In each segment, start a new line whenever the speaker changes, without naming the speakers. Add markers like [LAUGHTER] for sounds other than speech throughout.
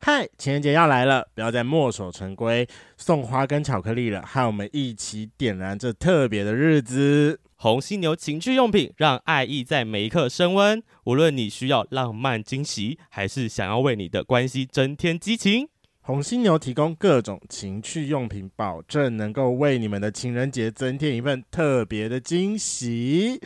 嗨，情人节要来了，不要再墨守成规，送花跟巧克力了，和我们一起点燃这特别的日子。
红犀牛情趣用品让爱意在每一刻升温，无论你需要浪漫惊喜，还是想要为你的关系增添激情。
红犀牛提供各种情趣用品，保证能够为你们的情人节增添一份特别的惊喜。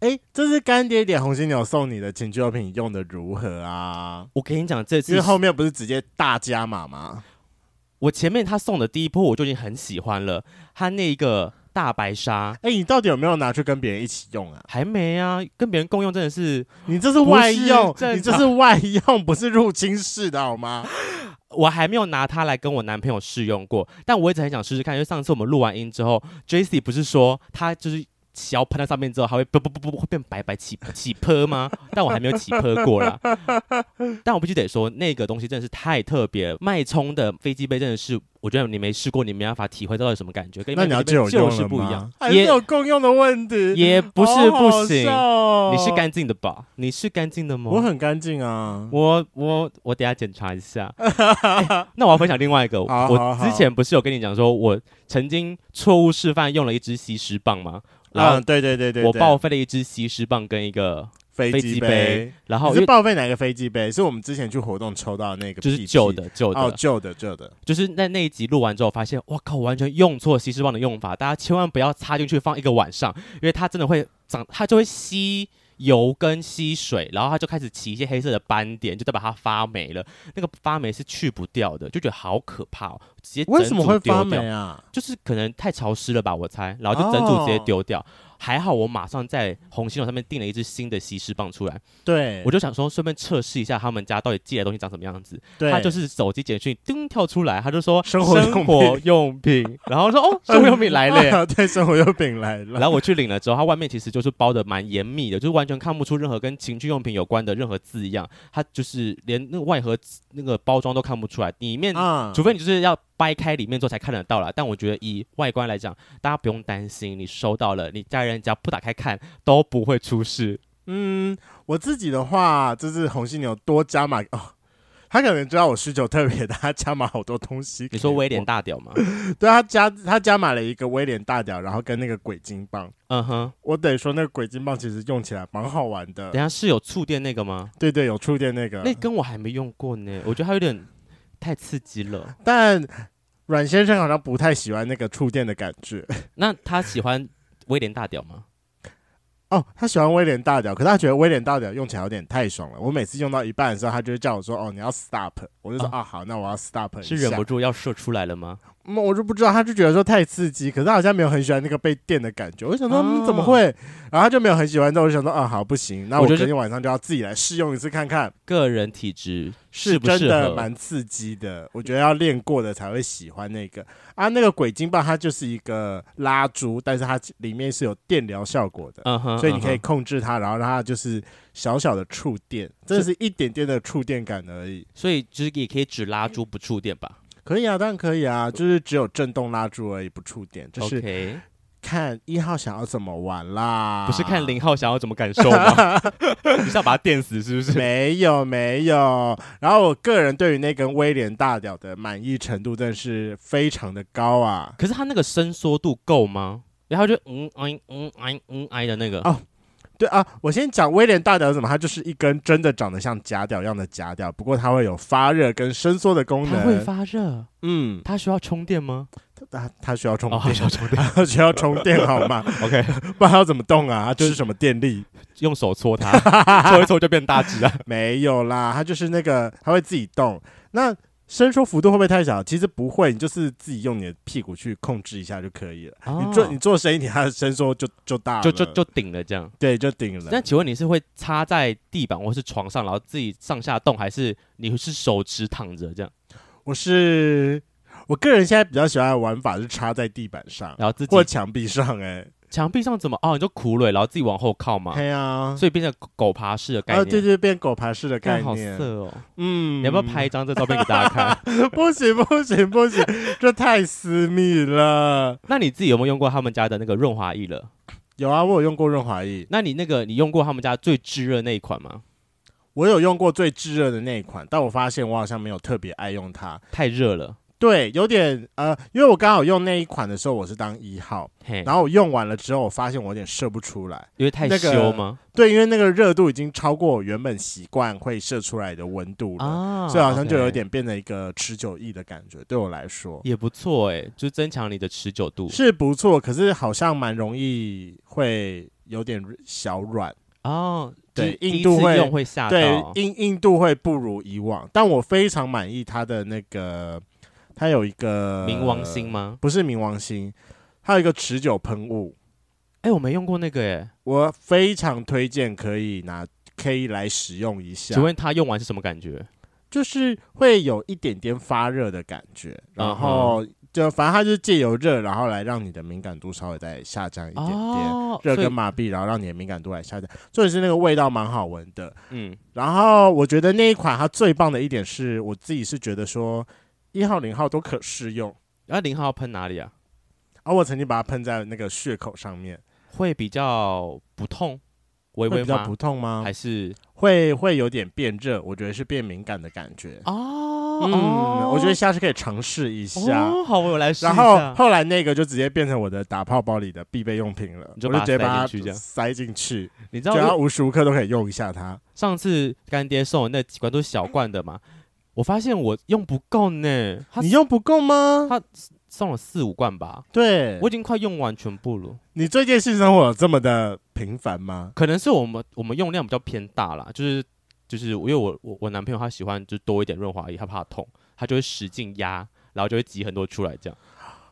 哎，这是干爹点红犀牛送你的情趣用品用的如何啊？
我跟你讲，这
因
次
为后面不是直接大加码吗？
我前面他送的第一波我就已经很喜欢了，他那个大白鲨
哎，你到底有没有拿去跟别人一起用啊？
还没啊，跟别人共用真的是，
你这是外用
不，是
你这是外用，不是入侵式的好吗？
我还没有拿它来跟我男朋友试用过，但我一直很想试试看，因为上次我们录完音之后 j c 不是说他就是。要喷在上面之后，还会啵啵啵啵啵会变白白起起泼吗？ [LAUGHS] 但我还没有起泼过啦。但我必须得说，那个东西真的是太特别了。脉冲的飞机杯真的是，我觉得你没试过，你没办法体会到底什么感觉。跟一
那
般
你要
飞机
借
杯
我用
就是
了
不一
吗
样，
还是
也
有共用的问题？
也不是不行。
好好笑哦
你是干净的吧？你是干净的吗？
我很干净啊。
我我我等一下检查一下、
[LAUGHS]
哎那我要分享另外一个，
好好
我
好
之前不是有跟你讲说，我曾经错误示范用了一支吸湿棒吗？然
嗯，
后
对对对对，
我
对
报废了一支吸湿棒跟一个，
飞
飞
机
机杯，然后
你
因
是
为
报废哪个飞机杯？是我们之前去活动抽到的那个，
就是旧，的旧的，
哦，旧的旧的。
就是在那一集录完之后，发现哇靠，我完全用错吸湿棒的用法，大家千万不要插进去放一个晚上，因为它真的会长，它就会吸油跟吸水，然后它就开始起一些黑色的斑点，就代表它发霉了。那个发霉是去不掉的，就觉得好可怕、哦，直接
为什么会
整组
发
丢掉
霉啊？
就是可能太潮湿了吧，我猜，然后就整组
哦
直接丢掉。还好我马上在红星楼上面订了一支新的吸湿棒出来，
对，
我就想说顺便测试一下他们家到底寄来的东西长什么样子。
对，
他就是手机简讯叮跳出来，他就说
生活用品
活
[LAUGHS]
用品，然后说哦，生活用品来了耶。
啊 [LAUGHS] 对，生活用品来了。
然后我去领了之后，它外面其实就是包的蛮严密的，就是完全看不出任何跟情趣用品有关的任何字样，它就是连那个外盒那个包装都看不出来，里面
啊
除非你就是要掰开里面之后才看得到啦。但我觉得以外观来讲，大家不用担心，你收到了，你家人只要不打开看都不会出事。
嗯，我自己的话，就是红犀牛多加码哦。他可能知道我需求特别大， [LAUGHS] 他加码好多东西。
你说威廉？大屌吗？
对，他加他加码了一个威廉大屌，然后跟那个鬼金棒。
嗯哼，
我得说，那个鬼金棒其实用起来蛮好玩的
等一。下是有触电那个吗？
对对，有触电那个。
那根我还没用过呢，我觉得它有点太刺激了。
但阮先生好像不太喜欢那个触电的感觉。 [LAUGHS]
那他喜欢威廉大屌吗？
哦，他喜欢威廉大屌，可是他觉得威廉大屌用起来有点太爽了。我每次用到一半的时候，他就会叫我说：“哦，你要 stop。”我就说：“啊，好，那我要 stop 一下。”
哦是忍不住要射出来了吗？
嗯，我就不知道，他就觉得说太刺激，可是他好像没有很喜欢那个被电的感觉。我就想说，嗯，怎么会？然后他就没有很喜欢，之后我就想说，啊，好，不行，那
哦我
我
觉得
昨天晚上就要自己来试用一次看看，
个人体质适不
真
适
的
合？嗯
蛮刺激的。我觉得要练过的才会喜欢那个啊，那个鬼金棒它就是一个拉珠，但是它里面是有电疗效果的。
嗯哼
所以你可以
嗯哼
控制它，然后让它就是小小的触电，真的是一点点的触电感而已。
所以就是也可以只拉住不触电吧。
可以啊，当然可以啊，就是只有震动拉住而已，不触电，就是
OK，
看一号想要怎么玩啦，
不是看零号想要怎么感受吗？你是要把他电死是不是？
没有没有。然后我个人对于那根威廉大屌的满意程度真的是非常的高啊！
可是他那个伸缩度够吗？然后就嗯哎嗯哎嗯哎的那个
哦对啊，我先讲威廉大屌是什么，它就是一根真的长得像假屌一样的假屌，不过它会有发热跟伸缩的功
它会
能。
发热，
嗯，
它需要充电吗？
它它需要充
哦，它
电，
需要充电。
它 [LAUGHS] 需要充电好吗？
OK，
不然它怎么动啊？它就是什么电力？
用手搓它，搓一搓就变大只啊。
没有啦，它就是那个，它会自己动。那伸缩幅度会不会太小？其实不会，你就是自己用你的屁股去控制一下就可以了。你做你做深一点，它的伸缩就就大了，
哦就就就顶了这样。
对，就顶
那
了。
请问你是会插在地板或是床上，然后自己上下动，还是你是手持躺着这样，
我是我个人现在比较喜欢的玩法是插在地板上
然后自己
啊或墙壁上、欸，
墙壁上怎么哦，你就苦垒，然后自己往后靠嘛
哎，，对 [LAUGHS] 啊，
所以变成狗狗爬式的概
啊，
念。
对对，变狗爬式的
干
概
好
念，
色哦！
嗯，
你要不要拍一？张这照片给大家
[LAUGHS]
看？
不行不行不行，这太私密了。
那你自己有没有用过他们家的那个润滑液了？
有啊，我有用过润滑液，
那你那个你用过他们家最炙热那一款吗？
我有用过最炙热的那一款，但我发现我好像没有特别爱用它。
太热了，
对，有点呃，因为我刚好用那一款的时候，我是当一号，
嘿，
然后我用完了之后，我发现我有点射不出来。
因为太
那个
羞吗？
对，因为那个热度已经超过我原本习惯会射出来的温度了，
啊，
所以好像就有
OK
点变成一个持久意的感觉。对我来说
也不错哎、就增强你的持久度
是不错，可是好像蛮容易会有点小软。
哦。
对
就是第
硬
一
度
次
会
用会吓
对
到，
硬硬度会不如以往，但我非常满意它的那个，它有一个
冥王星，吗？
不是冥王星，它有一个持久喷雾，
哎、我没用过那个哎、
我非常推荐可以拿可以来使用一下
请。问它用完是什么感觉？
就是会有一点点发热的感觉，
嗯
然后就反正它就是借由热，然后来让你的敏感度稍微再下降一点点，
哦，
热
所以
跟麻痹，然后让你的敏感度来下降。重点是那个味道蛮好闻的，
嗯，
然后我觉得那一款它最棒的一点是我自己是觉得说一号零号都可适用，
然后零号要喷哪里啊？
而我曾经把它喷在那个血口上面，
会比较不痛，微
会
微
比较
吗？
不痛吗
还？是
会会有点变热，我觉得是变敏感的感觉。
哦，
嗯，
哦
我觉得下次可以尝试一下。
哦，好，我来试一
然
下。
后后来那个就直接变成我的打泡包里的必备用品了，
你就
我就
把它
直接
塞
把
进去这
它塞
样
进去，
你知
就
道
它
我
无时无刻都可以用一下它。
上次干爹送我那几罐都是小罐的嘛，我发现我用不够呢，他
你用不够吗？
它送了四五罐吧，
对
我，已经快用完全部了。
你最近性生活有这么的频繁吗？
可能是我们我们用量比较偏大啦，就是就是因为我我我男朋友他喜欢就多一点润滑液，他怕痛，他就会使劲压，然后就会挤很多出来这样。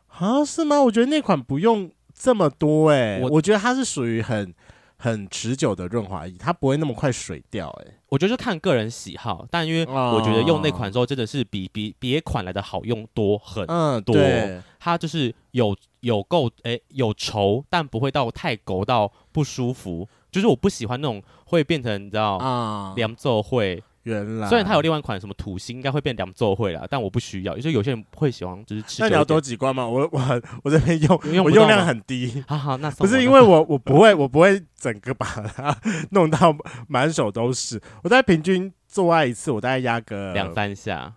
啊，是吗？我觉得那款不用这么多哎、
我
我觉得它是属于很很持久的润滑液，它不会那么快水掉啊哎、
我觉得就看个人喜好，但因为我觉得用那款之后真的是比比别款来的好用多很，
嗯，
多
对，
它就是有有够诶有稠，但不会到太勾到不舒服，就是我不喜欢那种会变成你知道。
啊，
凉奏会，
原来
虽然它有，另外一款什么土星，应该会变凉奏会啦，但我不需要。就是有些人会喜欢，就是吃久
那
一点。
你要多几罐吗？我我我这边用，
[LAUGHS] 用不
我
到
用量
吗
很低。
好好，那送
不是
我
因为我我不会我不会整个把它弄到满手都是，我大概平均做爱一次，我大概压个
两三下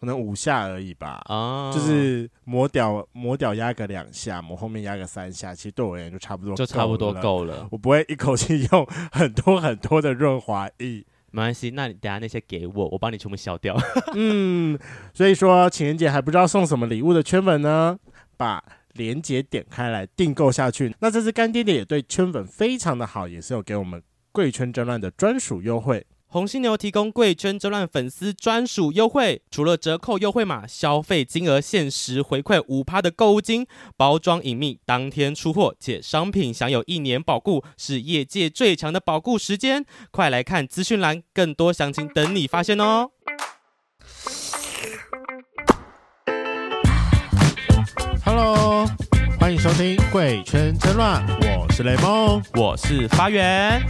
可能五下而已吧，
啊，
就是磨屌磨屌压个两下，磨后面压个三下，其实对我而言就差不多，
就差不多
了。
够了，
我不会一口气用很多很多的润滑液。
没关系。那你等下那些给我，我帮你全部消掉。 [LAUGHS]
嗯，所以说情人节还不知道送什么礼物的圈粉呢，把链接点开来订购下去。那这次干爹爹也对圈粉非常的好，也是有给我们贵圈争乱的专属优惠。
红犀牛提供贵圈争乱粉丝专属优惠，除了折扣优惠码、消费金额限时回馈五趴的购物金，包装隐秘，当天出货，且商品享有一年保固，是业界最长的保固时间。快来看资讯栏，更多详情等你发现哦。
Hello，欢迎收听《贵圈争乱》，我是雷梦。
我是发源，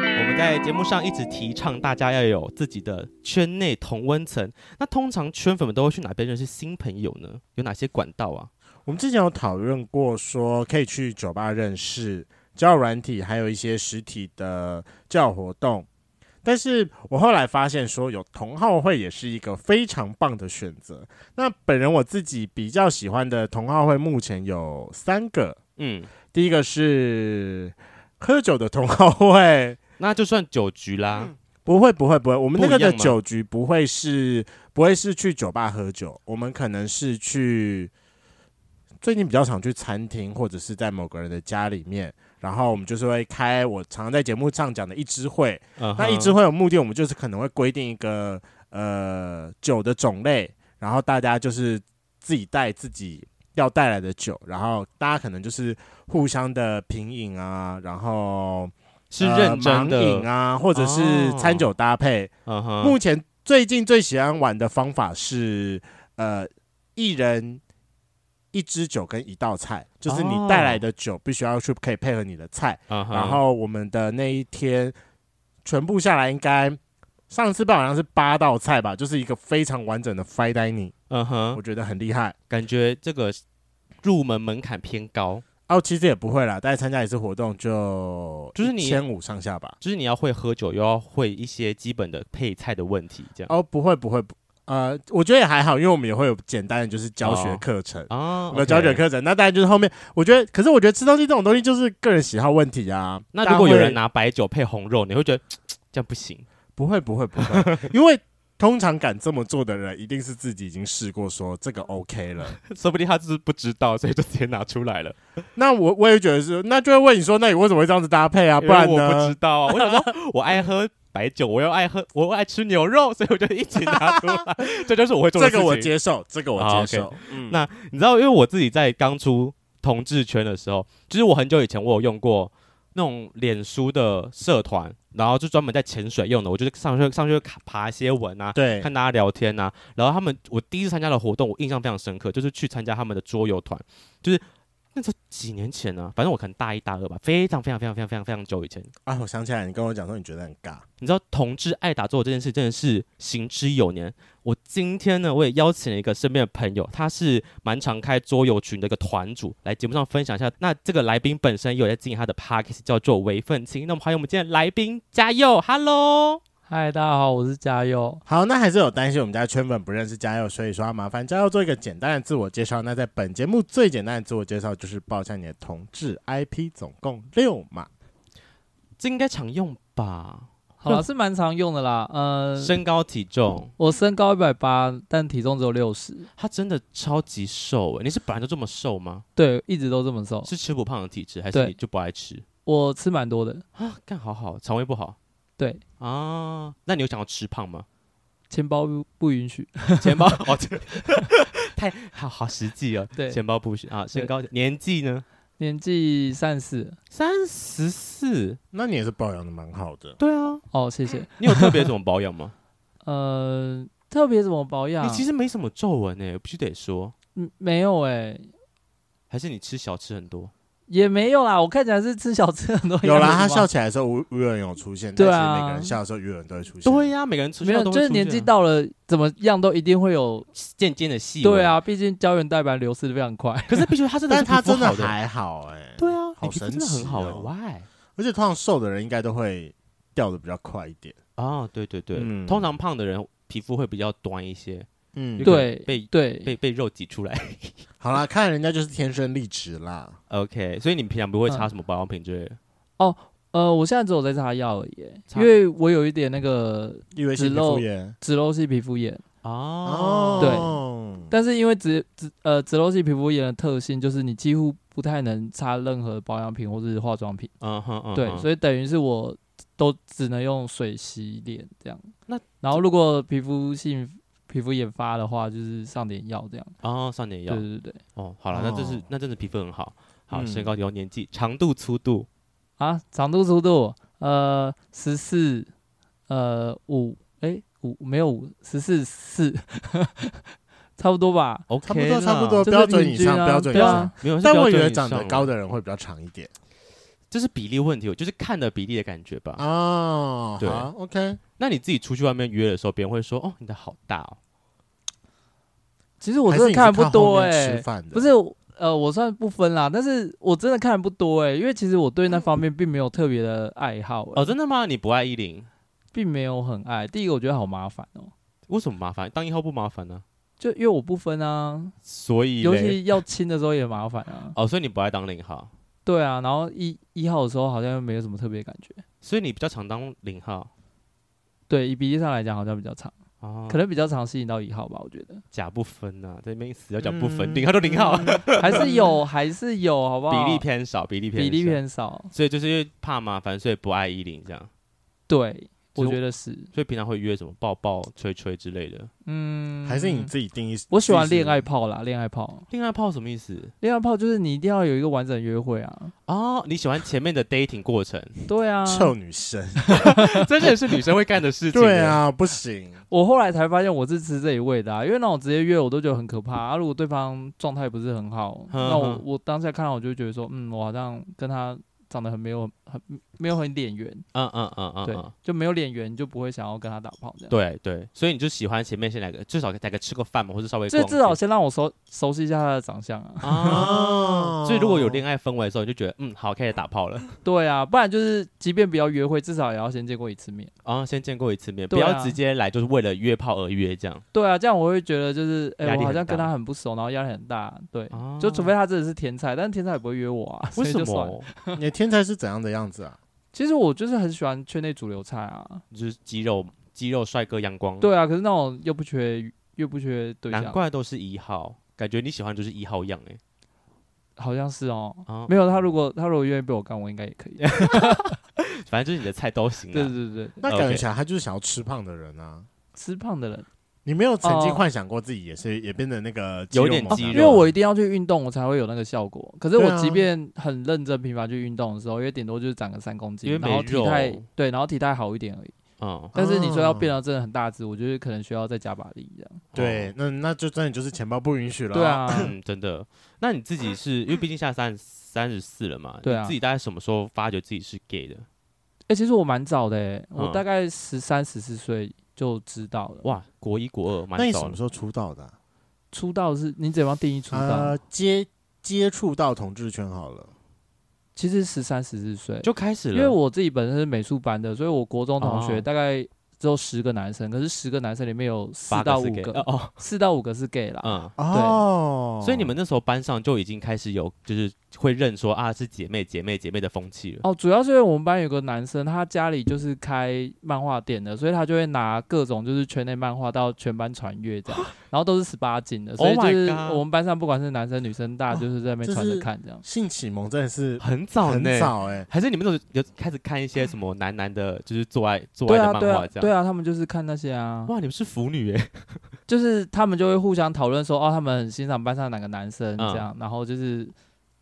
我们在节目上一直提倡大家要有自己的圈内同温层。那通常圈粉们都会去哪边认识新朋友呢？有哪些管道啊？
我们之前有讨论过，说可以去酒吧认识交友软体，还有一些实体的交友活动。但是我后来发现，说有同好会也是一个非常棒的选择。那本人我自己比较喜欢的同好会，目前有三个。
嗯，
第一个是喝酒的同好会，
那就算酒局啦。
不会，不会，不会。我们那个
不一
的
样吗
酒局不会是不会是去酒吧喝酒，我们可能是去最近比较常去餐厅，或者是在某个人的家里面。然后我们就是会开我常常在节目上讲的一支会，
嗯哼
那一支会有目的，我们就是可能会规定一个呃酒的种类，然后大家就是自己带自己要带来的酒，然后大家可能就是互相的品饮啊，然后
是
呃
认真
盲饮
的，
啊，或者是餐酒搭配。
嗯哼，
目前最近最喜欢玩的方法是，呃，一人一支酒跟一道菜，就是你
哦
带来的酒必须要去可以配合你的菜。
嗯哼
然后我们的那一天全部下来，应该上次吧好像是八道菜吧，就是一个非常完整的 fine dining，
嗯哼
我，觉得很厉害。
感觉这个入门门槛偏高。
哦，其实也不会啦，大家参加一次活动就
就是你
千五上下吧。
就是你要会喝酒，又要会一些基本的配菜的问题，这样
哦，不会不会不，呃，我觉得也还好，因为我们也会有简单的就是教学
哦
课程。
啊
我们有教学
OK
课程，那当然就是后面，我觉得，可是我觉得吃东西这种东西就是个人喜好问题啊。
那如果有人
拿，
拿白酒配红肉，你会觉得嘖嘖这样不行
不会不会不会，因为通常敢这么做的人，一定是自己已经试过说这个 OK 了。
说不定他就是不知道，所以就直接拿出来了。
那我我也觉得是，那就会问你说，那你为什么会这样子搭配啊？不
因为
然
我不
呢
知？道啊，我想说我爱喝白酒，我又爱喝，我又爱吃牛肉，所以我就一起拿
[LAUGHS]
出来，这就是我会做的
这
事
个
情。
我接受，这个我
啊
接
，OK
受。嗯，
那你知道，因为我自己在刚出同志圈的时候，就是我很久以前我有用过那种脸书的社团，然后就专门在潜水用的，我就是上去上去爬一些文啊，
对，
看大家聊天呐、啊然后他们，我第一次参加的活动，我印象非常深刻，就是去参加他们的桌游团，就是那时候几年前呢、反正我可能大一大二吧，非常非常非常非常非常非常久以前。
啊，我想起来，你跟我讲说你觉得很尬，
你知道同志爱打坐这件事真的是行之有年。我今天呢，我也邀请了一个身边的朋友，他是蛮常开桌游群的一个团主，来节目上分享一下。那这个来宾本身也有在经营他的 podcast，叫做韦愤青。那我们欢迎我们今天的来宾嘉佑，Hello。
嗨，大家好，我是嘉佑。
好，那还是有担心我们家圈粉不认识嘉佑，所以说要麻烦嘉佑做一个简单的自我介绍。那在本节目最简单的自我介绍就是报一下你的同志 IP，总共六嘛。
这应该常用吧？
好了，是蛮常用的啦。呃，
身高体重，
我身高一百八，但体重只有六十。
他真的超级瘦欸诶、你是本来就这么瘦吗？
对，一直都这么瘦。
是吃不胖的体质，还是
对
你就不爱吃
我吃蛮多的，
啊？干好好，肠胃不好
对，
啊？那你有想要吃胖 [LAUGHS] 吗？
钱包不不允许。
钱包 [LAUGHS] 哦，这太好好实际哦。
对
钱包不是啊，身高年纪呢？
年纪三十。
三十四。
那你也是保养的蛮好的，
对啊，
哦，谢谢。
你有特别怎么保养 [LAUGHS] 吗？
呃，特别怎么保养？
你其实没什么皱纹诶，必须得说，
嗯没有哎、
还是你吃小吃很多。
也没有啦。我看起来是吃小吃很多。
有啦，他笑。起来的时候无无人有出现，
对啊
但是每个人笑的时候，有人都会出现。
对啊呀，每个人吃
没有，
都
就是年纪到了，怎么样都一定会有。
渐渐的细。
对，啊，毕竟胶原蛋白流失的非常快。
可是必须他真的，
但他真
的
的
皮肤好欸
还好哎、
对啊，
好
你皮肤
神
真的很好诶
奇哦
Why？
而且通常瘦的人应该都会掉的比较快一点。
哦，对对对，
嗯
通常胖的人皮肤会比较端一些，
嗯，
有可
对
能被
对，
被被肉挤出来。
好啦，看人家就是天生丽质啦。
OK，所以你平常不会
嗯
擦什么保养品之类的。
呃，我现在只有在擦药而已欸，
擦
因为我有一点那个
因为是皮肤炎
脂漏性皮肤炎，
哦，
哦，
但是因为脂脂呃脂漏性皮肤炎的特性就是你几乎不太能擦任何保养品或是化妆品，
嗯哼，嗯哼
对，所以等于是我都只能用水洗脸这样。
那
然后如果皮肤性皮肤炎发的话，就是上点药这样。
哦，上点药
对对对，
哦，好了，那这是
哦
那真的皮肤很好，好
嗯
身高体重年纪长度粗度
啊，长度粗度呃十四呃五哎五没有五十四四， [LAUGHS] 差不多吧。
OK，
差不多差不多，
就是
标准以上，
平均啊
标准以
对啊
上。
没有，是
但我
标
以
准
为
以
长得
上
高
了，
的人会比较长一点
这是比例问题，就是看的比例的感觉吧。
哦。
啊对
好，OK，
那你自己出去外面约的时候，别人会说哦，你的好大哦，
其实我
还
真
是
的
你
看
是
得不
后
多
面
哎、
吃饭的
不是，呃，我算不分啦，但是我真的看的不多哎、因为其实我对那方面并没有特别的爱好、欸，
哦，真的吗？你不爱依林，
并没有很爱。第一个我觉得好麻烦哦、
为什么麻烦？当一号不麻烦呢？
就因为我不分啊，
所以
尤
嘞
其要亲的时候也麻烦啊。
哦，所以你不爱当零号，
对啊，然后一一号的时候好像又没有什么特别感觉，
所以你比较常当零号
对，以比例上来讲好像比较长，
哦，
可能比较常吸引到一号吧，我觉得 [LAUGHS]
甲不分呐，在那边死要甲不分，
嗯
零号就零号，
还是有，还是有，好不好？
比例偏少，比例偏
比例
少，
偏少，
所以就是因为怕麻烦，所以不爱依林这样。
对，
就
我
是
觉得是，
所以平常会约什么抱抱、吹吹之类的。
嗯，
还是你自己定义？
我喜欢
自己
恋爱炮啦，恋爱炮。
恋爱泡什么意思？
恋爱炮就是你一定要有一个完整的约会啊，
哦，你喜欢前 [LAUGHS] 面的 dating 过程，
对啊，
臭女生，
真的是女生会干的事情。
对，啊，不行，
我后来才发现我是吃这一味的、啊，因为那种直接约我都觉得很可怕、啊。如果对方状态不
[LAUGHS]
是很好，
哼
那我
哼
我当下看到我就觉得说，嗯，我好像跟他长得很没有很没有很脸圆，
嗯嗯嗯嗯
对
嗯，，
就没有脸圆，你就不会想要跟他打炮这样。
对对，所以你就喜欢前面先来个，至少来个吃个饭嘛，或者稍微
这
逛
至少
街
先让我熟熟悉一下他的长相啊。
[LAUGHS]
哦
啊。所以如果有恋
爱，
爱氛围的时候，你就觉得嗯好，开始打炮了。
对啊，不然就是即便不要约会，至少也要先见过一次面。
啊，先见过一次面，不
对啊
要直接来就是为了约炮而约这样。
对啊，这样我会觉得就是，哎、
压力
我好
很
像跟
大
他很不熟，然后压力很大。对，
哦
就除非他真的是天才，但是天才也不会约我啊，所
为
以
什
就算了。
么
你的天才是怎样的样子啊？
其实我就是很喜欢圈内主流菜啊，
就是肌肉肌肉帅哥阳光？，
对啊，可是那种又不缺又不缺对
哦难
象，
怪都是一号，感觉你喜欢就是一号样哎。
好像是哦。
啊，
没有他，如果他如果愿意被我干，我应该也可以。
反正就是你的菜都行
对
啊。
对对，对
那感觉
OK
起来他就是想要吃胖的人啊。
吃胖的人，
你没有曾经
哦
幻想过自己也是也变成那个
有
肉
点
猛
肌
男
肉
因为我一定要去运动，我才会有那个效果。可是
对
我
啊
即便很认真频繁去运动的时候，也顶多就是长个三公
因为
斤，
没
然后体
肉
态对，然后体态好一点而已。
嗯，
但是你说要变到真的很大只，我觉得可能需要再加把力这样。
对，那那就真的就是钱包不允许了。
对，
[CLEARS THROAT]
啊，
嗯，哦真的。那你自己是因为毕竟现在三三十四了嘛，
对啊
你自己大概什么时候发觉自己是 gay 的？
哎，其实我蛮早的欸，我
嗯
大概十三十四岁就知道了。
哇，国一国二
那
蛮
你
早
什么
的
时候出道的啊？
出道是你怎么样定义出道
呃？，接接触到同志圈好了。
其实十三十四岁
就开始了，
因为我自己本身是美术班的，所以我国中同
哦
学大概只有十个男生，可是十个男生里面有四
八
到
是
五
gay
个
哦，哦，
四到五个是 gay 啦。
嗯，
哦，
所以你们那时候班上就已经开始有，就是会认说啊是姐妹姐妹姐妹的风气了。
哦，主要是因为我们班有个男生，他家里就是开漫画店的，所以他就会拿各种就是圈内漫画到全班传阅这样，然后都是十八禁的，所以
啊 Oh
就
my
是
God
我们班上不管是男生女生，大家就是在那边
这
传着
是
看这样。
性启蒙真的是
很早
很
呢，
早哎、
[LAUGHS] 还是你们都有开始看一些什么男男的，就是做爱做
对
爱的
啊，
漫
对
画
啊，
这
对
样？
啊，他们就是看那些啊，
哇，你 [LAUGHS] 们是腐女哎！
就是他们就会互相讨论说，哦，他们很欣赏班上哪个男生
嗯
这样，然后就是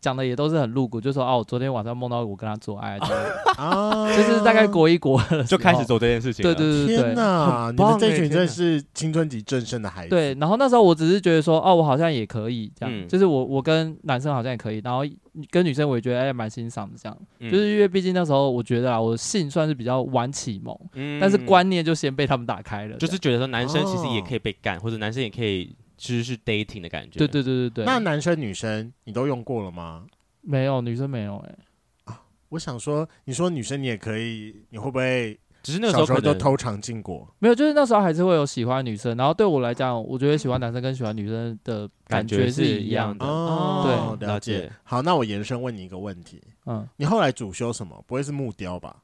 讲的也都是很露骨，就说哦，我昨天晚上梦到我跟他做
[LAUGHS]
爱，之类的
啊，
就是大概国一国二的时
就
候
开始，做这件事情
对
了。
对对
天
对对。
哪，
很
你们
棒
这
哎
群
天
真的
哪
是青春期正盛的孩子。
对，，然后那时候我只是觉得说，哦，我好像也可以这样，
嗯
就是我我跟男生好像也可以，然后跟女生我也觉得哎蛮欣赏的这样，
嗯
就是因为毕竟那时候我觉得啊，我性算是比较晚启蒙，
嗯
但是观念就先被他们打开了，
就是觉得说男生其实也
哦
可以被干，或者男生也可以就是是 dating 的感觉。
这样对对对对对，
那男生女生你都用过了吗？
没有女生没有哎、
我想说，你说女生你也可以，你会不会
只是那个时
小
候
时候
可
都
能
偷尝禁果？
没有，就是那时候还是会有喜欢的女生，然后对我来讲，我觉得喜欢男生跟喜欢女生的
感
觉
是
一
样
的。
的。
哦，
对
了
了
解
解。
好，那我延伸问你一个问题：
嗯，
你后来主修什么？不会是木雕吧？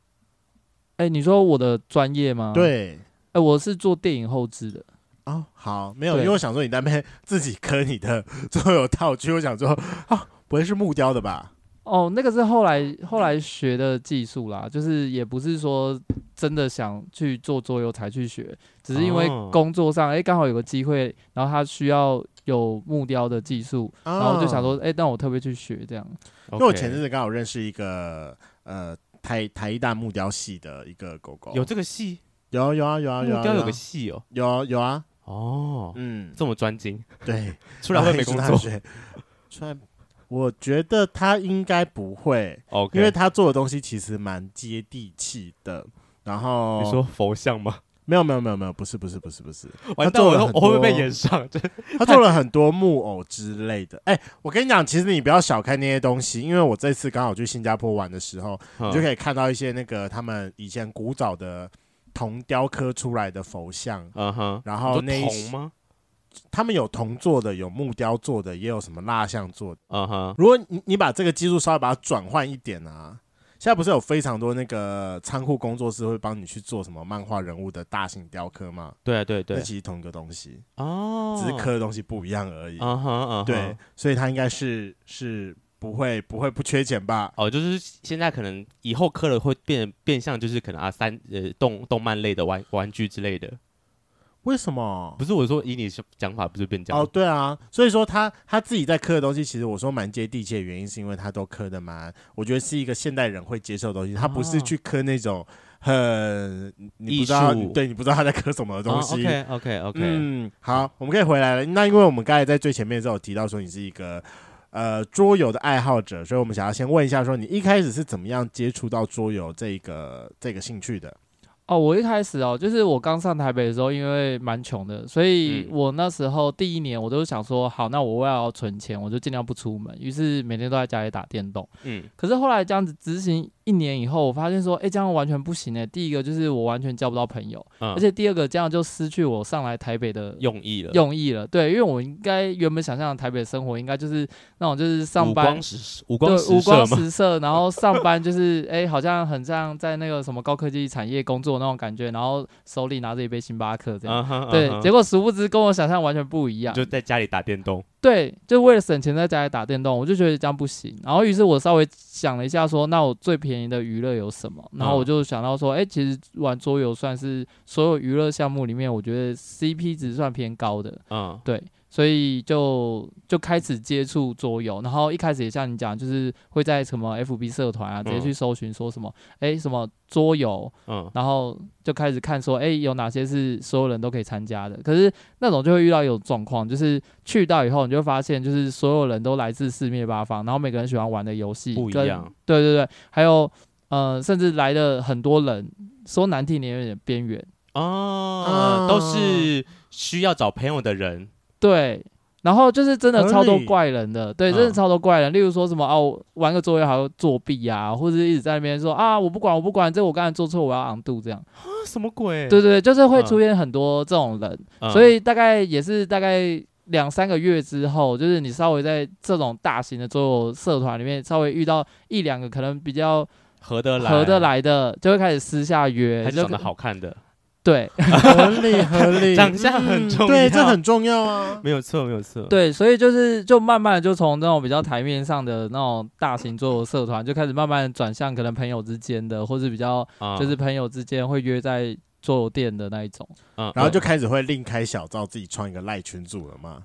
哎、你说我的专业
啊
吗？，
对。
哎、我是做电影后置的。
哦，好，没有，因
对
为我想说你在那边 [LAUGHS] 自己磕你的 [LAUGHS] 所有道具，我想说啊，不会是木雕的吧？
哦，那个是后来后来学的技术啦，就是也不是说真的想去做桌游才去学，只是因为
哦
工作上哎刚、好有个机会，然后他需要有木雕的技术，
啊
然后就想
哦
说哎、那我特别去学这样。
因为我
OK
前阵子刚好认识一个呃台台艺大木雕系的一个狗狗，
有这个戏，
有有啊有啊
木
有啊
雕
有
有
啊
个戏哦。
有啊有啊，
哦，
嗯，
这么专
[LAUGHS]
精， [LAUGHS] 哦
对，
出来会没工作。
作，出来，我觉得他应该不会，
OK，
因为他做的东西其实蛮接地气的。然后
你说佛像吗？
没有没有没有没有，不是不是不是不
[LAUGHS]
是，
完
他
蛋，
做
我
了
都
很
我会不会被
多
演上？真的
他做了很多木偶之类的。哎、我跟你讲，其实你不要小看那些东西，因为我这次刚好去新加坡玩的时候， [LAUGHS]
嗯
你就可以看到一些那个他们以前古早的铜雕刻出来的佛像，
嗯哼，
然后
你
那一
说铜吗？
他们有铜做的，有木雕做的，也有什么蜡像做的。
嗯哼，
如果你你把这个技术稍微把它转换一点啊。现在不是有非常多那个仓库工作室会帮你去做什么漫画人物的大型雕刻吗？
对啊对对
那，其实同一个东西，
哦，
只是刻的东西不一样而已。
嗯哼嗯哼，
对，所以他应该是是不会不会不缺钱吧？
哦，就是现在可能以后磕了会变变相，就是可能啊三呃动动漫类的玩玩具之类的，
为什么
不？是我说以你是讲法不是变这样
哦，对啊，所以说他他自己在刻的东西，其实我说蛮接地气的原因，是因为他都刻的蛮，我觉得是一个现代人会接受的东西，他不是
哦
去刻那种很你不
艺
知道
术，
对你不知道他在刻什么的东西。
哦
OK OK OK，
嗯，好，我们可以回来了。那因为我们刚才在最前面的时候有提到说你是一个呃桌游的爱好者，所以我们想要先问一下，说你一开始是怎么样接触到桌游这个这个兴趣的？
哦，我一开始哦，就是我刚上台北的时候，因为蛮穷的，所以
嗯
我那时候第一年我都想说，好，那我为了要存钱，我就尽量不出门，于是每天都在家里打电动。
嗯
可是后来这样子执行一年以后，我发现说，哎、这样完全不行哎、第一个就是我完全交不到朋友，
嗯，
而且第二个这样就失去我上来台北的
用意了，
用意了。对，因为我应该原本想象的台北生活应该就是那种就是上
五
班
光十五光
对，
十色
光
嘛，
十色，然后上班就是哎、好像很像在那个什么高科技产业工作那种感觉，然后手里拿着一杯星巴克这样。
嗯哼
对，结
果
果殊不知跟我想象完全不一样。
就在家里打电动，
对，就为了省钱在家里打电动，我就觉得这样不行。然后于是我稍微想了一下说那我最便宜的娱乐有什么？然
嗯
后我就想到说，哎、其实玩桌游算是所有娱乐项目里面，我觉得 CP 值算偏高的。
嗯
对，所以就就开始接触桌游，然后一开始也像你讲，就是会在什么 FB 社团啊，直接
嗯
去搜寻说什么，哎、什么桌游，
嗯
然后就开始看说，哎、有哪些是所有人都可以参加的。可是那种就会遇到一种状况，就是去到以后，你就会发现，就是所有人都来自四面八方，然后每个人喜欢玩的游戏
不一
跟
样，
对对对，还有呃，甚至来了很多人，说难听点有点边缘，啊
哦，都是需要找朋友的人，
对，然后就是真的
合
超多
理
怪人的，对，真的
嗯
超多怪人。例如说什么哦、我玩个作业还要作弊啊，或者是一直在那边说啊，我不管，我不管，这我刚才做错，我要昂 n 这样。
啊什么鬼？
对对对，就是会
嗯
出现很多这种人，
嗯，
所以大概也是大概。两三个月之后，就是你稍微在这种大型的桌游社团里面稍微遇到一两个可能比较
合得来，
合得，来的，就会开始私下约，
还是
就
长得
可
好看的，
对，
合理合 [LAUGHS] 理，嗯
长相很重要
对，这很重啊要啊。
没有错，没有错，
对，所以就是就慢慢地就从那种比较台面上的那种大型桌游社团，就开始慢慢地转向可能朋友之间的，或是比较
啊，
就是朋友之间会约在桌游店的那一种。
嗯，
然后就开始会另开小灶，自己创一个赖群组了嘛。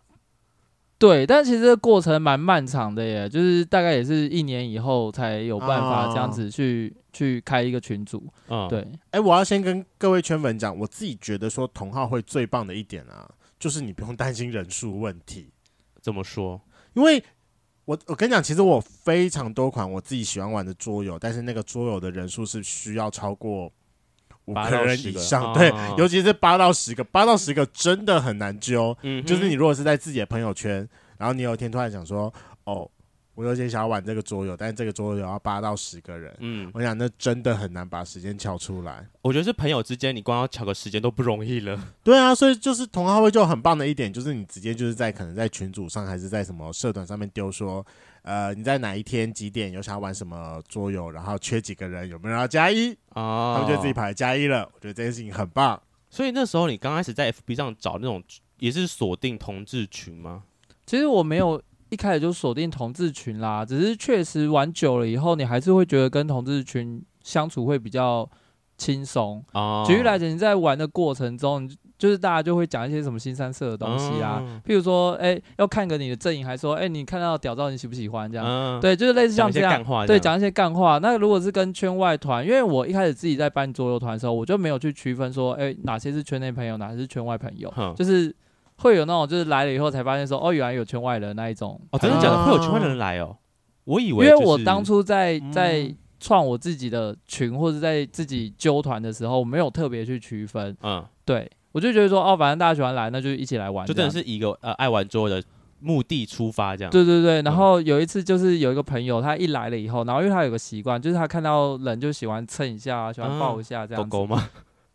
对，但其实这个过程蛮漫长的耶，就是大概也是一年以后才有办法这样子去、去开一个群组。
嗯，
对，
哎、我要先跟各位圈粉讲，我自己觉得说同好会最棒的一点啊，就是你不用担心人数问题，
怎么说？
因为我我跟你讲，其实我有非常多款我自己喜欢玩的桌游，但是那个桌游的人数是需要超过五
八
个
到
人
十
以
个
上，
哦
对
哦哦，
尤其是八到十个，八到十个真的很难揪。
嗯哼，
就是你如果是在自己的朋友圈，然后你有一天突然想说，哦，我有点想要玩这个桌游，但是这个桌游要八到十个人，
嗯，
我想那真的很难把时间敲出来。
我觉得是朋友之间，你光要巧个时间都不容易了。
对啊，所以就是同好会就很棒的一点，就是你直接就是在可能在群组上还是在什么社团上面丢说，呃，你在哪一天几点有想要玩什么桌游，然后缺几个人，有没有人要加一，他
哦
们就自己排加一了。我觉得这件事情很棒。
所以那时候你刚开始在 FB 上找那种也是锁定同志群吗？
其实我没有一开始就锁定同志群啦，只是确实玩久了以后，你还是会觉得跟同志群相处会比较轻松。
哦，
举例来讲，你在玩的过程中，你就就是大家就会讲一些什么新三色的东西啊，
嗯
譬如说，哎、要看个你的阵营，还说，哎、你看到屌照你喜不喜欢这样，
嗯，
对，就是类似
讲
像
一
这
些
样
干。话这
对，
样，
讲一些干话。那如果是跟圈外团，因为我一开始自己在办桌游团的时候，我就没有去区分说，哎、哪些是圈内朋友，哪些是圈外朋友，
哼
就是会有那种就是来了以后才发现说，哦，原来有圈外人那一种
哦，
朋
真的
友。
假
啊
的？会有圈外人来哦？我以为
嗯因为
就
我
是
当初在在
嗯
创我自己的群或者在自己揪团的时候，我没有特别去区分，
嗯，
对我就觉得说，哦，反正大家喜欢来，那就一起来玩这
就
样，
真的是以一个呃爱玩桌的目的出发这样。
对对对，
嗯
然后有一次就是有一个朋友，他一来了以后，然后因为他有个习惯，就是他看到人就喜欢蹭一下，喜欢抱一下这
狗
样
嗯
子。
狗吗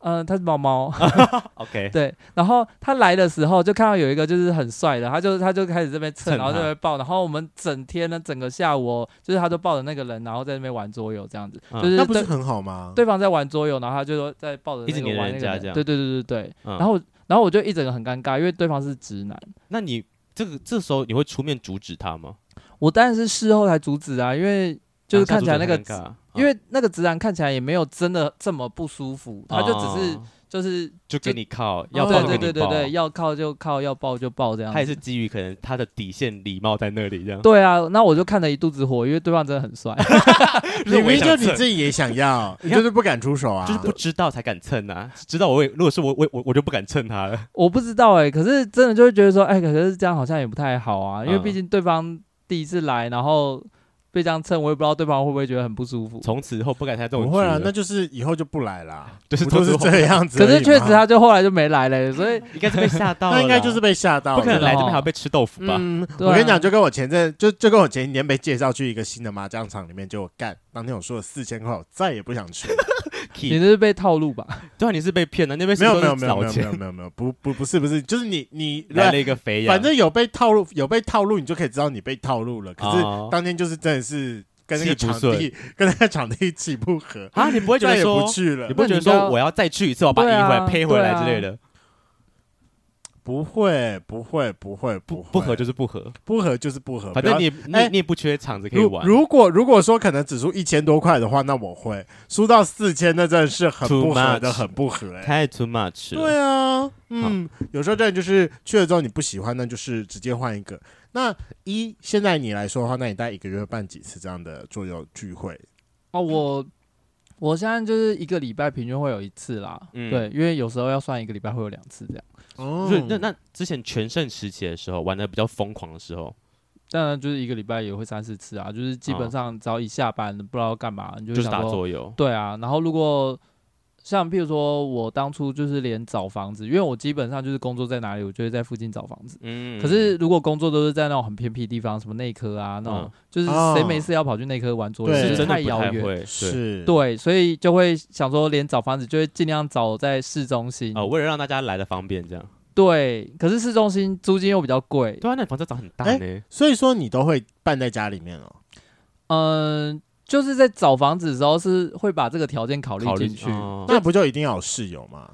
嗯、他是猫猫。
哦 [LAUGHS]
[LAUGHS]
？OK，
对，然后他来的时候就看到有一个就是很帅的，他就他就开始这边蹭，
蹭
然后
他
这边抱，然后我们整天呢，整个下午、哦、就是他都抱着那个人，然后在那边玩桌游这样子，
嗯
就是
那不是
对
很好吗？
对方在玩桌游，然后他就说在抱着
一直
那个
黏
玩
人
那
家
个
这样
对对对对对，
嗯
然后我然后我就一整个很尴尬，因为对方是直男。
那你这个这时候你会出面阻止他吗？
我当然是事后才阻止啊，因为就是
当
看
下
起来那个
阻止很尴尬啊
因为那个直男看起来也没有真的这么不舒服，他就只是
哦
就是
就给你靠，
要
要抱
对
就
给
对
你
对对对，
抱
要靠就靠，要抱就抱这样
他也
子。
是基于可能他的底线礼貌在那里这样。
对啊，那我就看得一肚子火，因为对方真的很帅。 [LAUGHS]
你明明就你自
己。
己也想要，你
你看
就是不敢出手啊。
就是不知道才敢蹭啊，知道我也如果是我我我我就不敢蹭他了。
欸我不知道哎、可是真的就会觉得说，哎、可是这样好像也不太好啊，因为
嗯
毕竟对方第一次来，然后被这样蹭，我也不知道对方会不会觉得很不舒服。
从此以后不敢参加这种
不
局
会
了。
啊，那就是以后就不来啦，
就是
不都是
都是
这样子而
可
已吗。
是确实，他就后来就没来了，
[LAUGHS]
所以
应该是被吓到了啦，
那应该就是被吓到了，
不可能来这边
哦
还要被吃豆腐吧？
嗯，
对啊
我跟你讲，就跟我前阵就就跟我前几天被介绍去一个新的麻将场里面，结果干当天我输了四千块，我再也不想去了。
[LAUGHS]
你
Key
这是被套路吧？
对啊，你是被骗的，那边是
没有
都
没
是
有没有
老
没有没
钱
有没有没有，不不不是不是，就是你你
来了一个肥羊，
反正有被套路有被套路，你就可以知道你被套路了。可是
哦
当天就是真的是跟那个
气不
场
顺
地跟那个场地气不合，
啊，你不会觉
再
得
也
说
不，去了
你。不会觉得
那你不
说
要
我要再去一次，我把它
对
赢
啊
回来配回来之类
对
啊
的，
不会不会不会
不
会
不合就是不合，
不合就是不合，
反
不要
正你
哎
你你也不缺场子可以
如
玩。
如果如果说可能只输一千多块的话，那我会输到四千，那真的是很
Too
不合的，
much
很不合、欸。
太 too much 了，
对啊，嗯，有时候真的就是去了之后你不喜欢，那就是直接换一个。那一现在你来说的话，那你大概一个月办几次这样的桌游聚会？
哦，我我现在就是一个礼拜平均会有一次啦，
嗯
对，因为有时候要算一个礼拜会有两次这样。
哦
所以那那之前全盛时期的时候玩的比较疯狂的时候，
当然就是一个礼拜也会三四次啊，就是基本
哦
上只要一下班不知道干嘛，你就
就
会
是
想
打
说
桌游，
对啊，然后如果像譬如说我当初就是连找房子，因为我基本上就是工作在哪里，我就会在附近找房子。
嗯
可是如果工作都是在那种很偏僻的地方，什么内科啊那种，
嗯
就是
哦
谁没事要跑去内科玩桌游，
对
就是
真的
太
不
遥
太
远。
会，对
是，
对，所以就会想说，连找房子就会尽量找在市中心。
哦，为了让大家来的方便这样。
对，可是市中心租金又比较贵。
对啊，那你房子长很大
哎
呢，
所以说你都会办在家里面哦。
嗯、就是在找房子的时候是会把这个条件考虑
考虑
进去，
哦
那不就一定要有室友吗？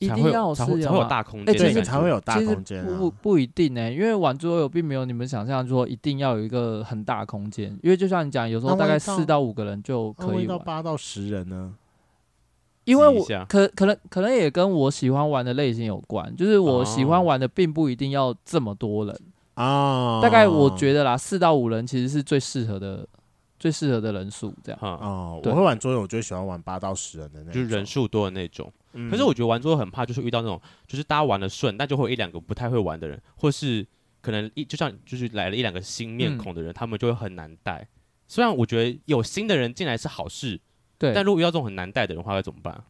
一
才
定
会
要
有
有
才会
室
才
友
会有
嘛
大空间
哎
的
其
对，
感觉，
你才会有大
其实
空间
不不
啊。
不一定呢、欸因为玩桌游并没有你们想象说一定要有一个很大空间，因为就像你讲，有时候
那
大概
味道
四到五个人就
那
可
哦会
以
到
玩，
八到十人呢？
因为
挤一
我
下
可可能可能也跟我喜欢玩的类型有关，就是我喜欢
哦
玩的并不一定要这么多人，
啊，
大概我觉得啦，四到五人其实是最适合的，最适合的人数这样。
哈，
哦，
对
我会玩桌游，我就喜欢玩八到十人的那种，
啊就是人数多的那种。
嗯。
可是我觉得玩桌游很怕，就是遇到那种就是大家玩的顺，但就会有一两个不太会玩的人，或是可能一就像就是来了一两个新面孔的人，他们就会很难带。虽然我觉得有新的人进来是好事，
对，
但如果遇到这种很难带的人的话，该怎么办？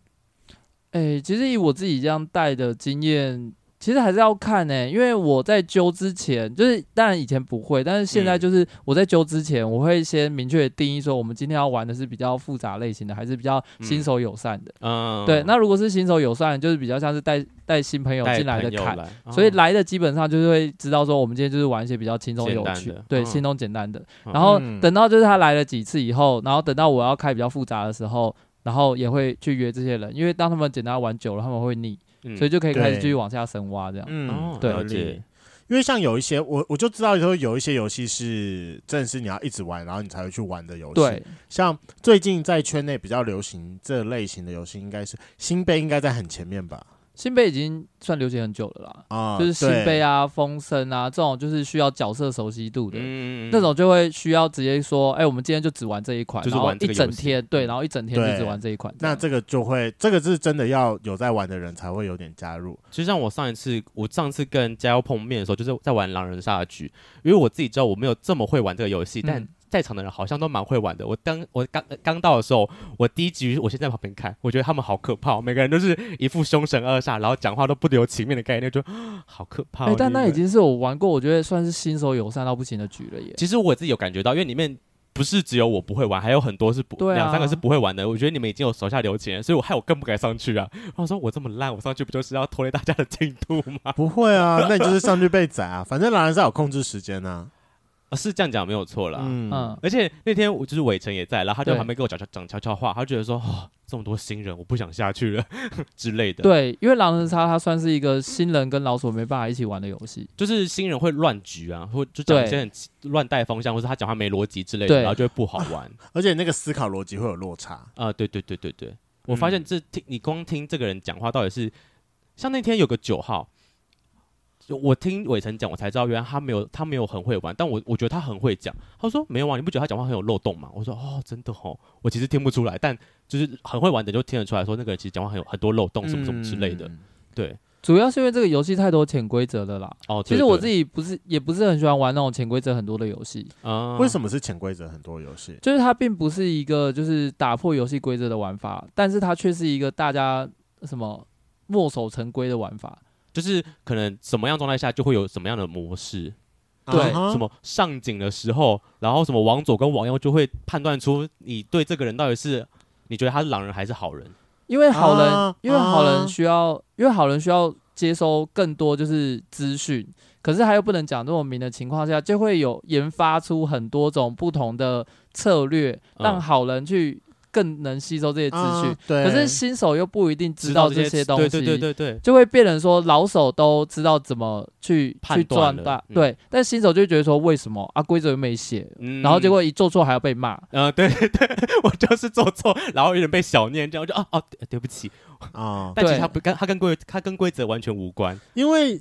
诶、哎其实以我自己这样带的经验，其实还是要看呢、因为我在揪之前，就是当然以前不会，但是现在
嗯
就是我在揪之前，我会先明确地定义说，我们今天要玩的是比较复杂类型的，还是比较新手友善的。
嗯，
对，那如果是新手友善，就是比较像是带带新朋友
带
进来的
朋友
坎，
来，
所以
哦
来的基本上就是会知道说，我们今天就是玩一些比较轻松
简
有
单
趣
的，
对，
嗯
轻松简单的。
嗯
然后
嗯
等到就是他来了几次以后，然后等到我要开比较复杂的时候，然后也会去约这些人，因为当他们简单玩久了，他们会腻，
嗯
所以就可以开始
对
继续往下深挖这样。
嗯
哦，
对
合
了
理
解。
因为像有一些我我就知道说有一些游戏是真的是你要一直玩，然后你才会去玩的游戏。
对，，
像最近在圈内比较流行这类型的游戏，应该是新杯应该在很前面吧？
新杯已经算流行很久了啦，
啊，
就是新杯
啊，
啊、风声啊这种，就是需要角色熟悉度的。
嗯
那种就会需要直接说，哎、我们今天就只玩这一款，
就是
然后
玩这
一
个
整
游戏嗯
天，对，然后一整天就只
对
玩这一款样。
那这个就会这个是真的要有在玩的人才会有点加入。
就像我上一次，我上次跟嘉佑碰面的时候，就是在玩狼人杀的局，因为我自己知道我没有这么会玩这个游戏，但
嗯
在场的人好像都蛮会玩的。我当我刚刚到的时候，我第一局我先在旁边看，我觉得他们好可怕哦，每个人都是一副凶神恶煞，然后讲话都不留情面的概念，就 [GASPS] 啊好可怕哦、
哎、但
你
那
们
已经是我玩过，我觉得算是新手友善到不行的局了耶。
其实我自己有感觉到，因为里面。不是只有我不会玩，还有很多是不
对啊
两、三个是不会玩的。我觉得你们已经有手下留情了，所以我害我更不敢上去啊。然后说 [LAUGHS] 我这么烂，我上去不就是要拖累大家的进度吗？
不会啊，那你就是上去被宰啊，反正狼人杀有控制时间啊。
啊 [LAUGHS] 是这样讲没有错啦。
嗯，
而且那天我就是伟成也在，然后他就
对
在旁边跟我讲悄讲悄悄话，他觉得说哦，这么多新人，我不想下去了 [LAUGHS] 之类的。，
对，因为狼人杀它算是一个新人跟老手没办法一起玩的游戏。
就是新人会乱局啊，或就讲一些
对
很奇乱带风向，或是他讲话没逻辑之类的，
对
然后就会不好玩。
而且那个思考逻辑会有落差。
啊、对对对对对，我发现这听你光听这个人讲话，到底是像那天有个九号。就我听伟成讲，我才知道原来他没有他没有很会玩，但我我觉得他很会讲。他说没有啊，你不觉得他讲话很有漏洞吗？我说哦，真的哦，我其实听不出来，但就是很会玩的就听得出来说那个人其实讲话很有很多漏洞什么什么之类的。
嗯
对，
主要是因为这个游戏太多潜规则了啦。
哦，
其实我自
己
己不是也不是很喜欢玩那种潜规则很多的游戏，
啊，
为什么是潜规则很多游戏？
就是它并不是一个就是打破游戏规则的玩法，但是它却是一个大家什么墨守成规的玩法。
就是可能什么样状态下就会有什么样的模式，
对
啊哈
什么上井的时候，然后什么往左跟往右就会判断出你对这个人到底是你觉得他是狼人还是好人。
因为好人，
啊
因为好
啊
人需要，因为好人需要接收更多就是资讯，可是他又不能讲这么明的情况下，就会有研发出很多种不同的策略，
嗯
让好人去更能吸收这些资讯。
啊对，
可是新手又不一定知道这些东西，
对对对对对，
就会变成说老手都知道怎么去
判
去
断
赚
了
大，
嗯
对，但新手就会觉得说为什么啊规则又没写，
嗯
然后结果一做错还要被骂，
呃，对 [LAUGHS] 对对，我就是做错，然后有点被小念，这样我就啊哦、对对不起，
啊，
但其实
对
他不跟他跟规他跟规则完全无关，
因为。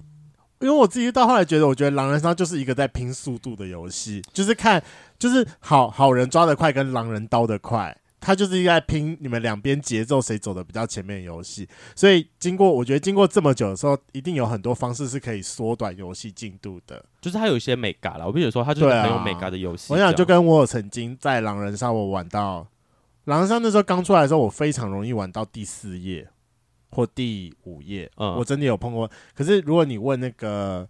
因为我自己到后来觉得，我觉得狼人杀就是一个在拼速度的游戏，就是看就是好好人抓得快跟狼人刀得快，它就是一个在拼你们两边节奏谁走的比较前面的游戏。所以经过我觉得经过这么久的时候，一定有很多方式是可以缩短游戏进度的。
就是他有一些美嘎啦，我必须说他就是一
对
个
啊
很有美嘎的游戏这
我
样。
想就跟我有曾经在狼人杀，我玩到狼人杀那时候刚出来的时候，我非常容易玩到第四页或第五页，
嗯
我真的有碰过。可是如果你问那个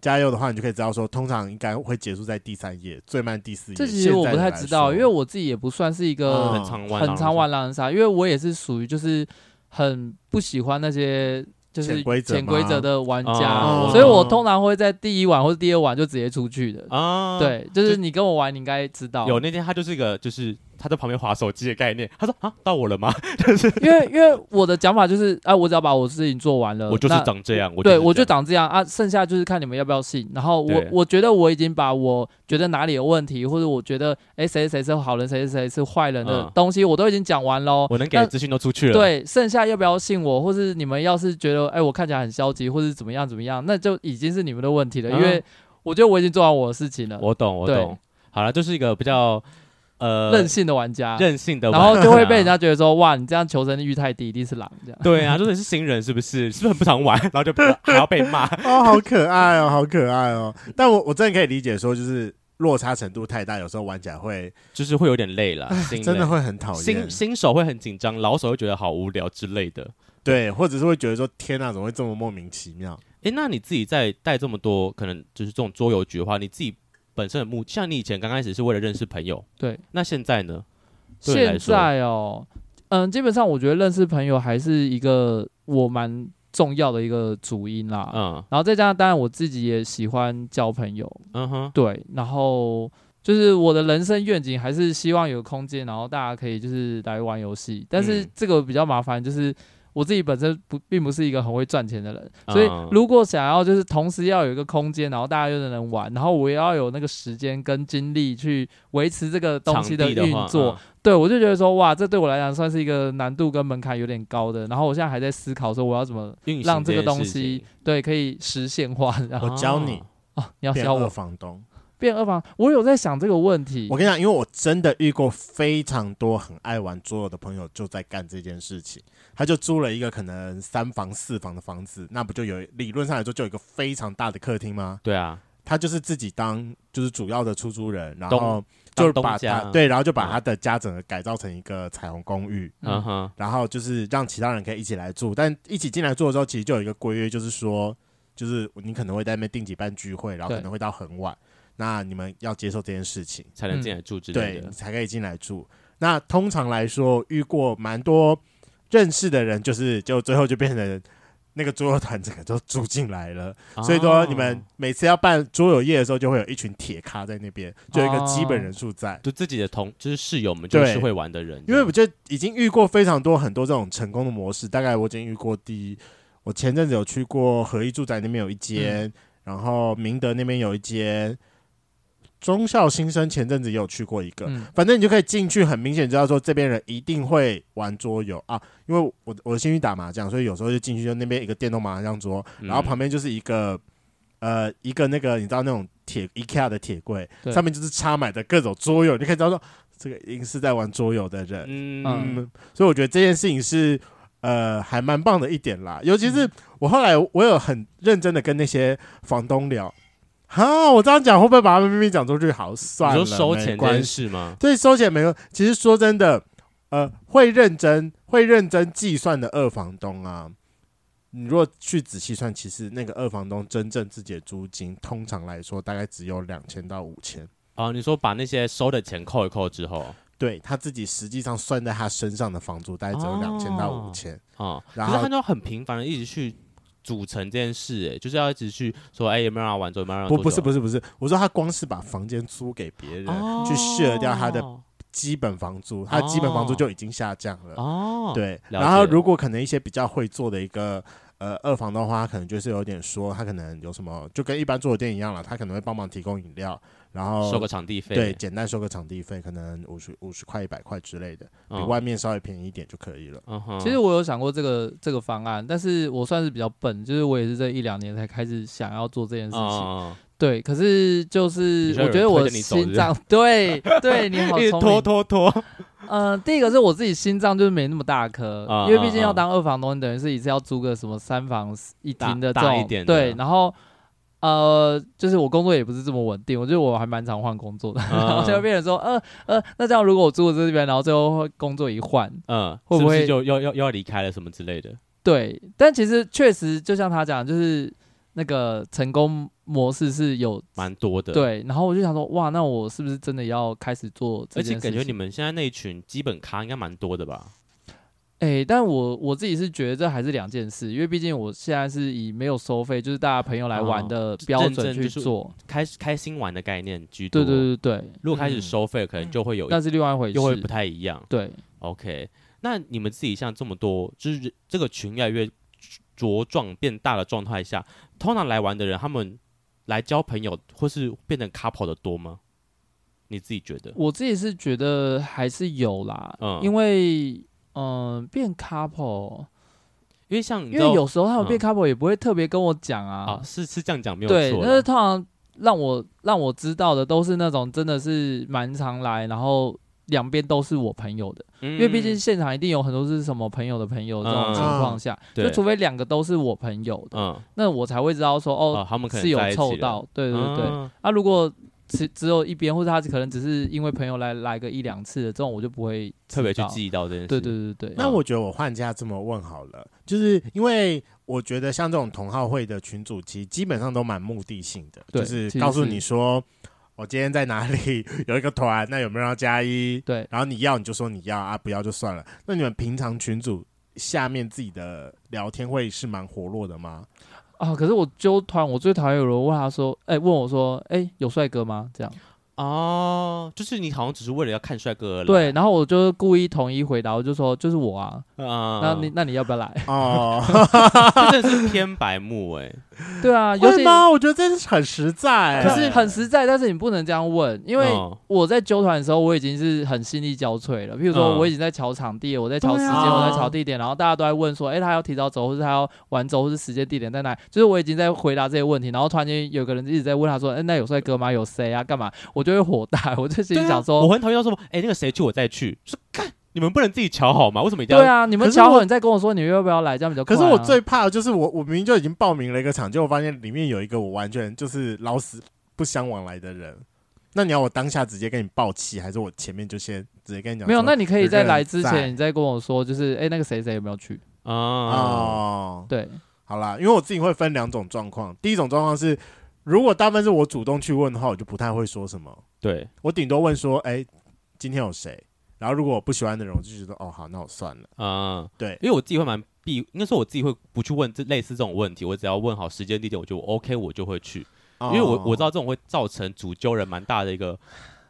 加油的话，你就可以知道说，通常应该会结束在第三页，最慢第四页。
这其实我
现在
不
的
太
来
知道，
说
因为我自己也不算是一个
嗯
很常玩，
很常玩。狼人杀，因为我也是属于就是很不喜欢那些就是
潜规则吗
潜规则的玩家，
哦
所以我通常会在第一晚或者第二晚就直接出去的。
啊，，
对，就
就
是你跟我玩，你应该知道，
有那天他就是一个就是他在旁边划手机的概念，他说啊到我了吗？就是
因为因为我的讲法就是，哎、我只要把我事情做完了，
我就是
呃那
长这样，我
对，
我
我就长这样啊，剩下就是看你们要不要信。然后我
对
我觉得我已经把我觉得哪里有问题，或者我觉得哎谁谁是好人，谁谁谁是坏人的
嗯
东西，我都已经讲完喽。
我能给
哦那
的资讯都出去了，，
对，剩下要不要信我，或是你们要是觉得哎、我看起来很消极，或是怎么样怎么样，那就已经是你们的问题了，因为
嗯
我觉得我已经做完我的事情了。
我懂我
对
懂。好了，就是一个比较呃
任性的玩家，
任性的玩
然
法，
后就会被人家觉得说哇，你这样求生欲太低，一定是狼这
[LAUGHS]
样。
对啊，说你是新人是不是？是不是很不常
[LAUGHS]
玩？然后就还要被骂。
哦，好可爱哦，好可爱哦。但我我真的可以理解说，就是落差程度太大，有时候玩起来会
就是会有点累
[LAUGHS]
了，心
真的
累
会很讨厌
新。新手会很紧张，老手会觉得好无聊之类的。
对，或者是会觉得说，天啊哪、怎么会这么莫名其妙？
诶，那你自己在带这么多可能就是这种桌游局的话，你自己本身的目，像你以前刚开始是为了认识朋友，
对，
那现在呢？对你来
现
说
在哦，嗯，基本上我觉得认识朋友还是一个我蛮重要的一个主因啦。
嗯
然后再加上，当然我自己也喜欢交朋友，
嗯哼，
对，然后就是我的人生愿景还是希望有空间，然后大家可以就是来玩游戏。但是
嗯
这个比较麻烦，就是我自己本身不并不是一个很会赚钱的人，所以
啊
如果想要就是同时要有一个空间，然后大家又能玩，然后我也要有那个时间跟精力去维持这个东
场
西
地
的
的
运
话啊嗯
作。，对，我就觉得说，哇，这对我来讲算是一个难度跟门槛有点高的。然后我现在还在思考说，我要怎么
嗯运行
让这个
件事
东西
情
对可以实现化。然后哦
我教你
啊
你要
变
教
二
我
房东。
变二房，我有在想这个问题
我。跟你讲，因为我真的遇过非常多很爱玩桌游的朋友，就在干这件事情。他就租了一个可能三房四房的房子，那不就有理论上来说就有一个非常大的客厅吗？
对啊，
他就是自己当就是主要的出租人，然
东
后就是
当东
把
家
他对，然后就把他的家整个改造成一个彩虹公寓。
嗯
嗯，
哼，
然后就是让其他人可以一起来住，但一起进来住的时候，其实就有一个规约，就是说，就是你可能会在那边定期办聚会，然后
对
可能会到很晚，那你们要接受这件事情，
才能进来住之类
对
的
你。才可以进来住。那通常来说，遇过蛮多认识的人，就是就最后就变成那个桌游团整个都住进来了。所以说，
啊
你们每次要办桌游夜的时候，就会有一群铁咖在那边，就有一个基本人数在。
就自己的同就是室友们就是
对
会玩的人，
因为我觉得已经遇过非常多很多这种成功的模式，大概我已经遇过第一，我前阵子有去过合一住宅那边有一间，
嗯
然后明德那边有一间，中校新生前阵子也有去过一个，
嗯，
反正你就可以进去，很明显知道说这边人一定会玩桌游啊，因为我我兴趣打麻将，所以有时候就进去就那边一个电动麻将桌，
嗯
然后旁边就是一个、呃一个那个你知道那种铁 IKEA 的铁柜，
对
上面就是插满的各种桌游，你可以知道说这个一定是在玩桌游的人，
嗯
嗯
嗯，所以我觉得这件事情是。呃还蛮棒的一点啦。尤其是我后来我有很认真的跟那些房东聊，啊，我这样讲会不会把他们秘密讲出去？好，算
你
了，
说收
没
钱这
关
件
系。
事吗？
所以收钱没用。其实说真的，呃，会认真会认真计算的二房东啊，你如果去仔细算，其实那个二房东真正自己的租金，通常来说大概只有两千到五千。
哦，你说把那些收的钱扣一扣之后，
对他自己实际上算在他身上的房租大概只有两千到
哦
五千，
哦，可
然
是
后
他就很频繁的一直去组成这件事，哎，就是要一直去说，哎，有没有让他玩走，有没有让他
不不是不
是，
是不是，我说他光是把房间租给别人，
哦
去卸掉他的基本房租，他的基本房租就已经下降了。
哦，，
对，
了
然后
解
如果可能一些比较会做的一个呃二房的话，他可能就是有点说他可能有什么，就跟一般做的店一样了，他可能会帮忙提供饮料，然后
收个场地费，
对简单收个场地费，可能五十五十块一百块之类的，比
嗯
外面稍微便宜一点就可以了。
嗯哼，
其实我有想过这个这个方案，但是我算是比较笨，就是我也是这一两年才开始想要做这件事情。
嗯
对，可是就是
你说有
我
人
觉
推
得我
着你走是不
心
是
脏，对对，你
[LAUGHS]
好
一直
聪
拖
明。
拖拖，
呃，第一个是我自己心脏就是没那么大颗，
啊
因为毕竟
啊
要
啊
当二房东，你等于是一次要租个什么三房一厅的这
大
种，
大一点的
对，然后。呃，就是我工作也不是这么稳定，我觉得我还蛮常换工作的，
啊
[LAUGHS] 然后就变成说，呃呃，那这样如果我住这边，然后最后会工作一换，
嗯，
会不
是不
会
是就又又又要离开了什么之类的？
对，但其实确实就像他讲，就是那个成功模式是有
蛮多的，。
对，然后我就想说，哇，那我是不是真的要开始做这
而且
件事情？
感觉你们现在那一群基本咖应该蛮多的吧？
哎、但我我自己是觉得这还是两件事，因为毕竟我现在是以没有收费，就是大家朋友来玩
哦
的标准
认证
去
就是
做。
开开心玩的概念居多。
对对对对，
如果开始
嗯
收费，可能就会有一，
那是另外一回
又会不
事。
太一样。
对，
OK，那你们自己像这么多，就是这个群越来越茁壮变大的状态下，通常来玩的人，他们来交朋友或是变成 couple 的多吗？你自己觉得？
我自己是觉得还是有啦，
嗯
因为嗯、呃变 couple，
因为像你
因
知
为
道
有时候他们
嗯
变 couple 也不会特别跟我讲
啊，是是这样讲没有
对，
错
但是
啦，
通常让我让我知道的都是那种真的是蛮常来，然后两边都是我朋友的，
因
因为毕竟现场一定有很多是什么朋友的朋友这种情况下，
嗯对
就除非两个都是我朋友的，
嗯
那我才会知道说哦
哦，他们可能
是有
在一起
凑
了，
到，对对对。
嗯
啊，如果只只有一边，或者他可能只是因为朋友来来个一两次的这种，我就不会
特别
知
去
道。
记到这件事。
对对对对，
那我觉得我换家这么问好了，就是因为我觉得像这种同好会的群主，其实基本上都蛮目的性的，
对
就是
其实
告诉
是
你说我今天在哪里 [LAUGHS] 有一个团，那有没有人要加一？
对
然后你要你就说你要啊，不要就算了。那你们平常群主下面自己的聊天会是蛮活络的
[LAUGHS]
吗？
啊，可是我揪团，我最讨厌有人问他说，哎、问我说，哎、有帅哥吗？这样。
哦，就是你好像只是为了要看帅哥而来。
对，然后我就故意统一回答，我就说就是我啊，
嗯
啊，
那你那你要不
[LAUGHS]
要来？啊
哦，
[LAUGHS] 这真的是偏白目哎、
对啊，尤
会
其
吗？我觉得这是很实在、
可是很实在，但是你不能这样问， [LAUGHS] 因为
嗯
我在纠团的时候，我已经是很心力交瘁了。譬如说，
嗯
我已经在瞧场地，我在瞧时间，
对啊
我在瞧地点，然后大家都在问说，哎，他要提早走，或是他要晚走，或是时间地点在哪里？就是我已经在回答这些问题，然后突然间有个人一直在问他说，哎，那有帅哥吗？有谁啊？干嘛？我就会火大， [LAUGHS] 我就心里
啊
想
我
说，
很讨厌说，哎、那个谁去我再去，就是看你们不能自己瞧好吗？为什么一定要？
对啊，你们
可是
瞧
我
好，你再跟我说你要不要来，这样比较快
可
啊。
是我最怕的就是我，我明明就已经报名了一个场，结果发现里面有一个我完全就是老死不相往来的人。那你要我当下直接跟你爆气，还是我前面就先直接跟你讲说？
没有，那你可以
有个
在
人
来之
在
前，你再跟我说，就是哎、诶那个谁谁有没有去？
啊、
哦，
对，
好啦，因为我自己会分两种状况。第一种状况是，如果大部分是我主动去问的话，我就不太会说什么，
对，
我顶多问说：“哎、今天有谁？”然后如果我不喜欢的人，我就觉得哦，好，那我算了。
啊、
对
因为我自己会蛮避，应该说我自己会不去问这类似这种问题，我只要问好时间地点，我就 OK，我就会去，因为我
哦
我知道这种会造成主揪人蛮大的一个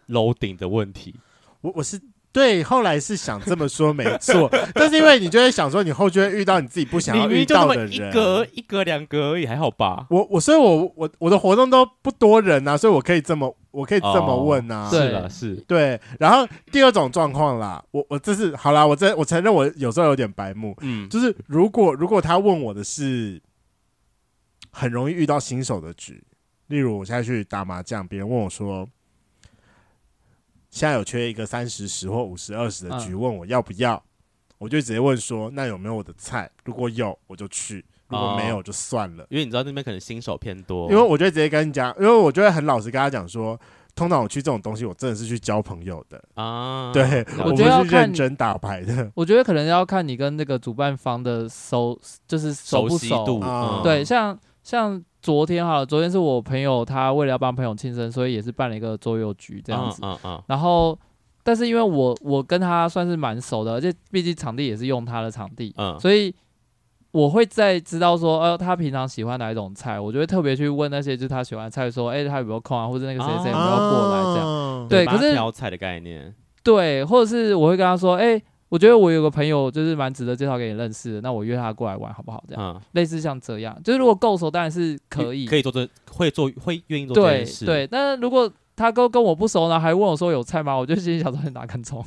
loading 的问题。
我我是对，后来是想这么说没
[LAUGHS]
错，但是因为你就会想说，你后续会遇到你自己不想
你
要
明明
遇
就那
到
么
的
一
人。
格一格两格而已，还好吧？
我我所以我，我我的活动都不多人啊，所以我可以这么我可以这么问啊。
对
是了，是
对，然后第二种状况啦，我我这是好啦，我这我承认我有时候有点白目，
嗯，
就是如果如果他问我的是很容易遇到新手的局，例如我现在去打麻将，别人问我说
嗯
现在有缺一个三十十或五十二十的局，问我要不要，我就直接问说，那有没有我的菜？如果有，我就去；如果没有，就算了。
因为你知道那边可能新手偏
哦
多，
因为我就会直接跟你讲，因为我就会很老实跟他讲说，通常我去这种东西，我真的是去交朋友的，
啊，
嗯
对
了
我
觉得要
们是
看
认真打牌的。
我觉得可能要看你跟那个主办方的熟，就是
熟
熟不
悉
熟。
度，
啊
嗯
对，像像昨天哈，昨天是我朋友他为了要帮朋友庆生，所以也是办了一个桌游局这样子。
嗯嗯
然后，但是因为我我跟他算是蛮熟的，而且毕竟场地也是用他的场地，
嗯，
所以我会在知道说，呃，他平常喜欢哪一种菜，我就会特别去问那些就是他喜欢的菜，说，哎、他有没有空啊，或者那个谁谁有没有过来这样。
样
对
把它
可是
挑菜的概念，
对，或者是我会跟他说，哎、我觉得我有个朋友就是蛮值得介绍给你认识的，那我约他过来玩好不好？这样、
嗯，
类似像这样，就是如果够熟当然是可以，
可
以
以做这，会做，会愿意做这
对
件事，
对。但是如果他都跟我不熟呢，还问我说有菜吗？我就心里想说你哪根
[LAUGHS]
葱？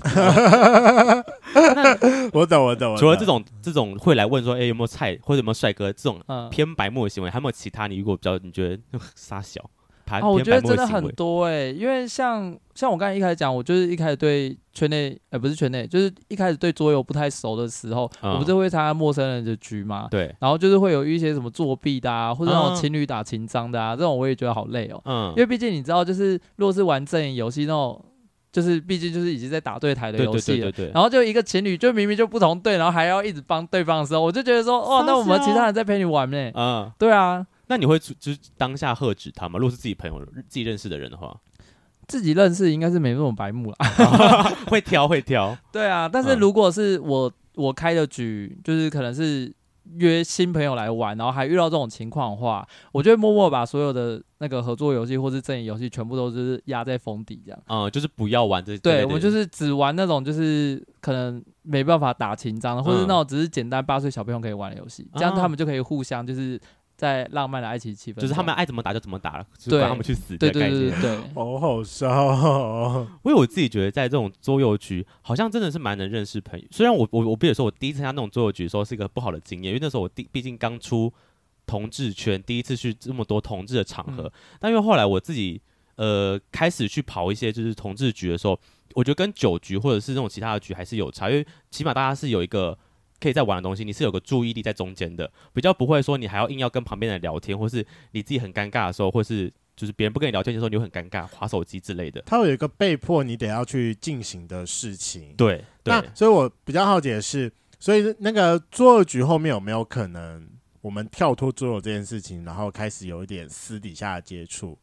我懂，我懂。我懂
除了这，种这种会来问说，哎、有没有菜或者有没有帅哥这种
嗯，
偏白目的行为，还有没有其他你遇过比较你觉得呃傻小？他
啊，我
偏
觉得
白目
真
的
的
行
很
为，
多哎、因为像像我刚才一开始讲，我就是一开始对圈内，呃，不是圈内，就是一开始对桌游不太熟的时候，
嗯
我不是会参加陌生人的局嘛，
对，
然后就是会有一些什么作弊的啊，或者那
嗯
种情侣打情章的啊，这种我也觉得好累哦、
嗯
因，为毕竟你知道，就是如果是玩阵营游戏那种，就是毕竟就是已经在打对台的
对
游
对
戏
对对
了。
对，
然后就一个情侣，就明明就不同队，然后还要一直帮对方的时候，我就觉得说，哦，那我们其他人在陪你玩呢、
啊嗯，
对啊，
那你会就就是当下喝止他吗？如果是自己朋友、自己认识的人的话，
自己认识应该是没那么白目啦。
会挑会挑，
对啊，但是
嗯
如果是我、我开的局，就是可能是约新朋友来玩，然后还遇到这种情况的话，我就会默默把所有的那个合作游戏或是阵营游戏全部都就是压在封底这样。
嗯，就是不要玩这，这类
对，
的
我们就是只玩那种就是可能没办法打情章的，或者是那种只是简单八岁小朋友可以玩的游戏，这样
嗯啊
他们就可以互相就是在浪漫的爱情气氛中，
就是他们爱怎么打就怎么打了，就是
对
管他们去死
对
的
对
概
对
念。[LAUGHS]
对对，
好好笑哦。
因为我自己觉得，在这种桌游局，好像真的是蛮能认识朋友。虽然我我我必须说，我第一次参加那种桌游局的时候是一个不好的经验，因为那时候我第毕竟刚出同志圈，第一次去这么多同志的场合。
嗯
但因为后来我自己呃开始去跑一些就是同志局的时候，我觉得跟酒局或者是那种其他的局还是有差，因为起码大家是有一个。可以在玩的东西，你是有个注意力在中间的，比较不会说你还要硬要跟旁边人聊天，或是你自己很尴尬的时候，或是就是别人不跟你聊天的时候，你会很尴尬，划手机之类的。
它有一个被迫你得要去进行的事情。
对，对
那所以我比较好奇的是，所以那个桌游局后面有没有可能我们跳脱桌游这件事情，然后开始有一点私底下的接触？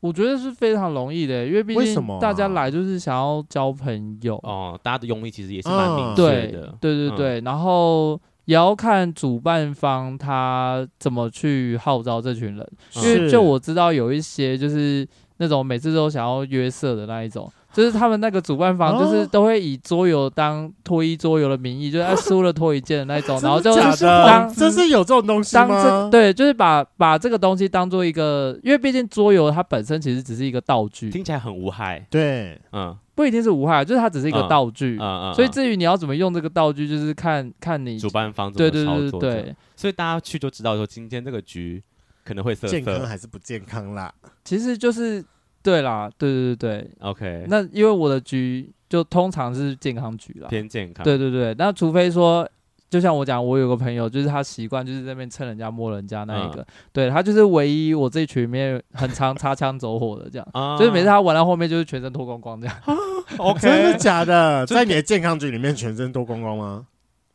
我觉得是非常容易的，因为毕
为什么
竟
啊
大家来就是想要交朋友
哦，大家的用意其实
嗯
也是蛮明确
对
的。
对对
嗯
对，然后也要看主办方他怎么去号召这群人，
嗯
因为
是
就我知道有一些就是那种每次都想要约色的那一种。就是他们那个主办方，就是
哦
都会以桌游当脱衣桌游的名义，就是哎输了脱一件的那
[LAUGHS]
一种，然后就
真的
是
假的
当
这是有这种东西
当这
吗？
对，就是把把这个东西当做一个，因为毕竟桌游它本身其实只是一个道具，
听起来很无害。
对
嗯
不一定是无害，就是它只是一个
嗯
道具
嗯。嗯，
所以
嗯
至于你要怎么用这个道具，就是看看你
主办方怎
对
么
对
操
对
作？
对
对，
对，
所以大家去就知道说今天这个局可能会色
健康
色。
还是不健康啦？
其实就是对啦，对对对
OK，
对。那因为我的局就通常是健康局啦，
偏健康。。
对对对。那除非说，就像我讲，我有个朋友，就是他习惯就是在那边蹭人家摸人家那一个，对他就是唯一我这群里面很常擦枪走火的这样
[LAUGHS] 啊
就是每次他玩到后面就是全身脱光光这样， [LAUGHS]
真的
OK，
假的？
就是
在你的健康局里面全身脱光光吗？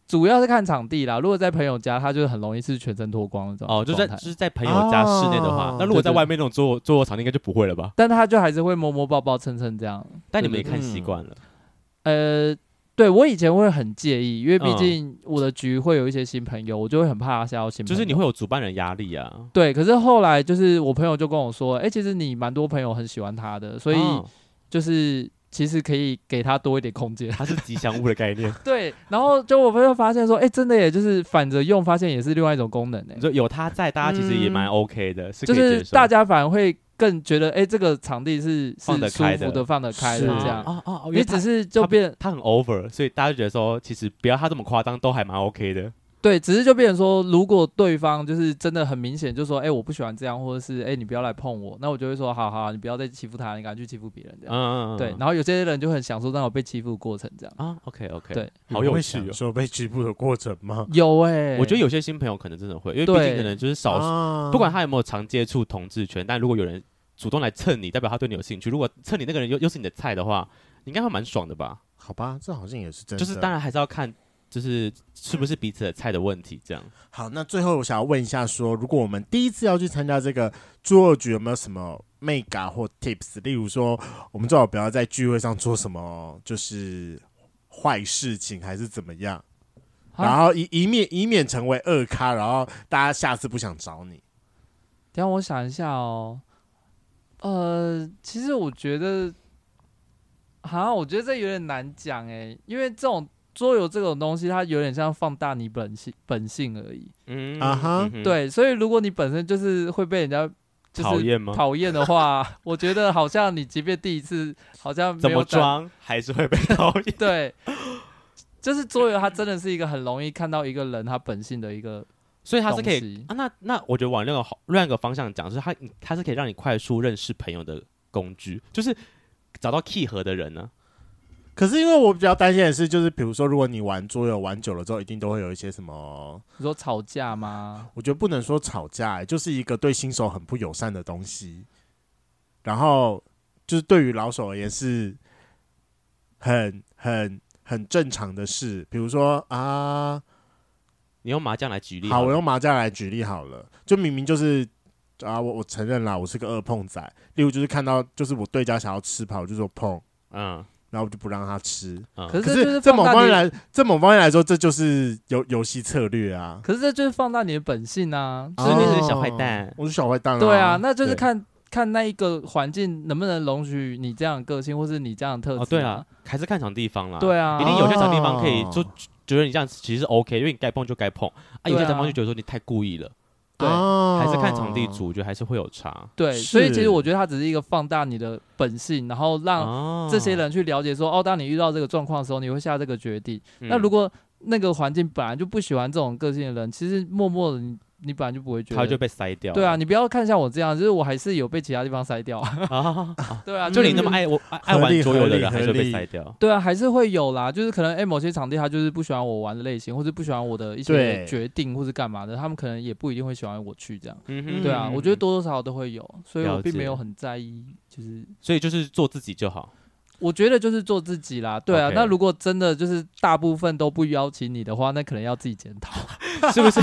主要是看场地啦。如果在朋友家，他就是很容易是全身脱光的这种
哦，就在
状态
就，是在朋友家室内的话
哦，
那如果在
对对
外面那种做做场地，应该就不会了吧？
但他就还是会摸摸抱抱蹭蹭这样。
但你们也
对对
看
对
习惯了。
呃，对我以前会很介意，因为毕
嗯
竟我的局会有一些新朋友，我就会很怕他吓到新朋
就
友。
是你会有主办人压力啊，
对，可是后来就是我朋友就跟我说，哎、其实你蛮多朋友很喜欢他的，所以
嗯
就是其实可以给他多一点
[LAUGHS]
空间。
它是吉祥物的概
[LAUGHS]
念。
对，然后就我朋友发现说，哎、真的耶，就是反着用，发现也是另外一种功能呢
你，说有他在，大家其实也蛮
嗯
OK 的，是可
就
以
是
接受
大家反而会更觉得，哎、这个场地是是
放得
舒
开
服
的
的，放得开的
是
这样。
哦哦，因为
你
它
只是就
他
变
他很 over，所以大家就觉得说，其实不要他这么夸张，都还蛮 OK 的。
对，只是就变成说，如果对方就是真的很明显，就说，哎、我不喜欢这样，或者是哎、你不要来碰我，那我就会说，好好，你不要再欺负他，你赶快去欺负别人这样。
嗯，嗯嗯
对，
嗯
然后有些人就很享受那种被欺负的过程，这样。
啊，OK OK，
对，
好
你们
有
会
趣
享
哦。
受被拘捕的过程吗？
有哎、
我觉得有些新朋友可能真的会，因为毕
对
竟可能就是少数，
啊
不管他有没有常接触同志圈，但如果有人主动来蹭你，代表他对你有兴趣。如果蹭你那个人又又是你的菜的话，你应该会蛮爽的吧？
好吧，这好像也是真的。
就是当然还是要看，就是是不是彼此的菜的问题，这样。
好，那最后我想要问一下说如果我们第一次要去参加这个猪肉局，有没有什么 mega 或 tips？例如说，我们最好不要在聚会上做什么就是坏事情，还是怎么样？
啊
然后以以免以免成为恶咖，然后大家下次不想找你。
等一下我想一下哦。呃，其实我觉得，啊，我觉得这有点难讲哎，因为这种桌游这种东西，它有点像放大你本性本性而已。
嗯
啊哈，
嗯
对，所以如果你本身就是会被人家就
讨
是
厌吗？
讨厌的话， [LAUGHS] 我觉得好像你即便第一次，好像没
怎
有
么
展
装还是会被讨厌？
对，就是桌游，它真的是一个很容易看到一个人他本性的一个
所以他是可
东
以
西
啊，那那我觉得往另一个好另一个方向讲，就是他嗯他是可以让你快速认识朋友的工具，就是找到契合的人呢、
可是因为我比较担心的是，就是比如说，如果你玩桌游玩久了之后，一定都会有一些什么，
你说吵架吗？
我觉得不能说吵架、欸就是一个对新手很不友善的东西。然后就是对于老手而言是很很很正常的事，比如说啊，
你用麻将来举例
好，
了
我用麻将来举例好了，就明明就是啊，我我承认啦，我是个恶碰仔。例如就是看到就是我对家想要吃跑，我就说碰，
嗯
然后我就不让他吃。
嗯，
可
可
这就是
这
放
某
大
方面
你，
来，这某方面来说，这就是游游戏策略啊。
可是这就是放大你的本性啊。
所以你
哦
是小坏蛋
我是小坏蛋啊。
对啊，那就是
对
看看那一个环境能不能容许你这样的个性，或是你这样的特质、
哦，对啊，，还是看场地方啦，、
对啊，
一定有些场地方可以
哦
就觉得你这样其实是 OK，因为你该碰就该碰啊，有些
对啊
地方就觉得说你太故意了，
对
哦
还是看场地组，我觉得还是会有差。
对，所以其
是
实我觉得它只是一个放大你的本性，然后让
哦
这些人去了解说，哦，当你遇到这个状况的时候，你会下这个决定。
嗯
那如果那个环境本来就不喜欢这种个性的人，其实默默的你你本来就不会觉
他就
得。
被筛掉，
对啊，，你不要看像我这样，就是我还是有被其他地方筛掉。
[LAUGHS] 啊，
对啊，
就你那
是
么爱我爱爱
合理
玩桌游
合
的
理
人，还是
合
会被
理
筛掉。
对啊，还是会有啦，就是可能哎、某些场地他就是不喜欢我玩的类型，或者不喜欢我的一
对
些决定，或是干嘛的，他们可能也不一定会喜欢我去这样。
嗯
嗯
哼，
对啊，我觉得多多少少都会有，所以
了
我
解
并没有很在意，就是
所以就是做自己就好。 [LAUGHS]
我觉得就是做自己啦。对啊
OK
那如果真的就是大部分都不邀请你的话，那可能要自己检讨。
是不是？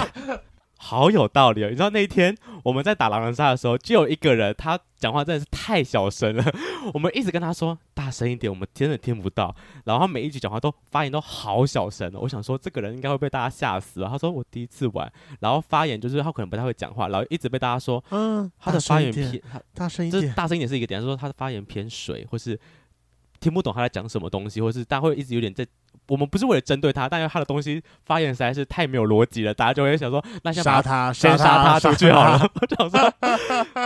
好有道理哦！你知道那一天我们在打狼人杀的时候，就有一个人他讲话真的是太小声了， [LAUGHS] 我们一直跟他说大声一点，我们真的听不到。然后他每一句讲话都发言都好小声哦，我想说这个人应该会被大家吓死哦吧。他说我第一次玩，然后发言就是他可能不太会讲话，然后一直被大家说
嗯，
他的发言
大声一
偏
点，，大声一
就是
点，
大声一点是一个点，他说他的发言偏水，或是听不懂他在讲什么东西，或是大家会一直有点在。我们不是为了针对他，但是他的东西发言实在是太没有逻辑了，大家就会想说，那先把
杀
他
他，
先杀
他
他出去好了。 [LAUGHS] 我想说，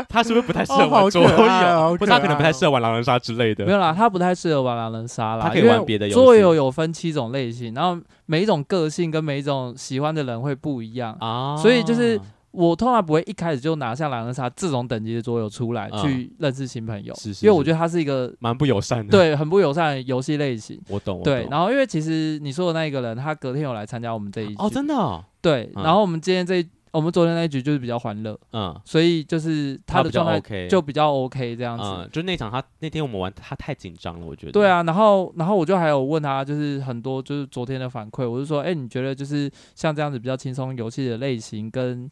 他是不是不太适合
哦好
玩
可
桌游？
爱哦好
或者他
可
可能不太
爱
适合玩狼人杀之类
没
的。
有啦，他不太适合玩狼人杀啦。
他可以
因为
玩别的游戏
桌游有分七种类型，然后每一种个性跟每一种喜欢的人会不一样。
啊
所以就是我通常不会一开始就拿下狼人杀这种等级的桌游出来、
嗯
去认识新朋友，
是是是
因为我觉得它是一个
蛮不友善的。，
对很不友善的游戏类型。
我懂。我
对，
懂
然后因为其实你说的那一个人，他隔天有来参加我们这一局，
哦，真的哦，
对。
嗯
然后我们今天这一，我们昨天那一局就是比较欢乐，
嗯，
所以就是他的
比较
状态
OK，
就比较 OK 这样子。
嗯，就那场他那天我们玩，他太紧张了，我觉得。
对，啊，然后然后我就还有问他，就是很多就是昨天的反馈，我就说，哎、你觉得就是像这样子比较轻松游戏的类型，跟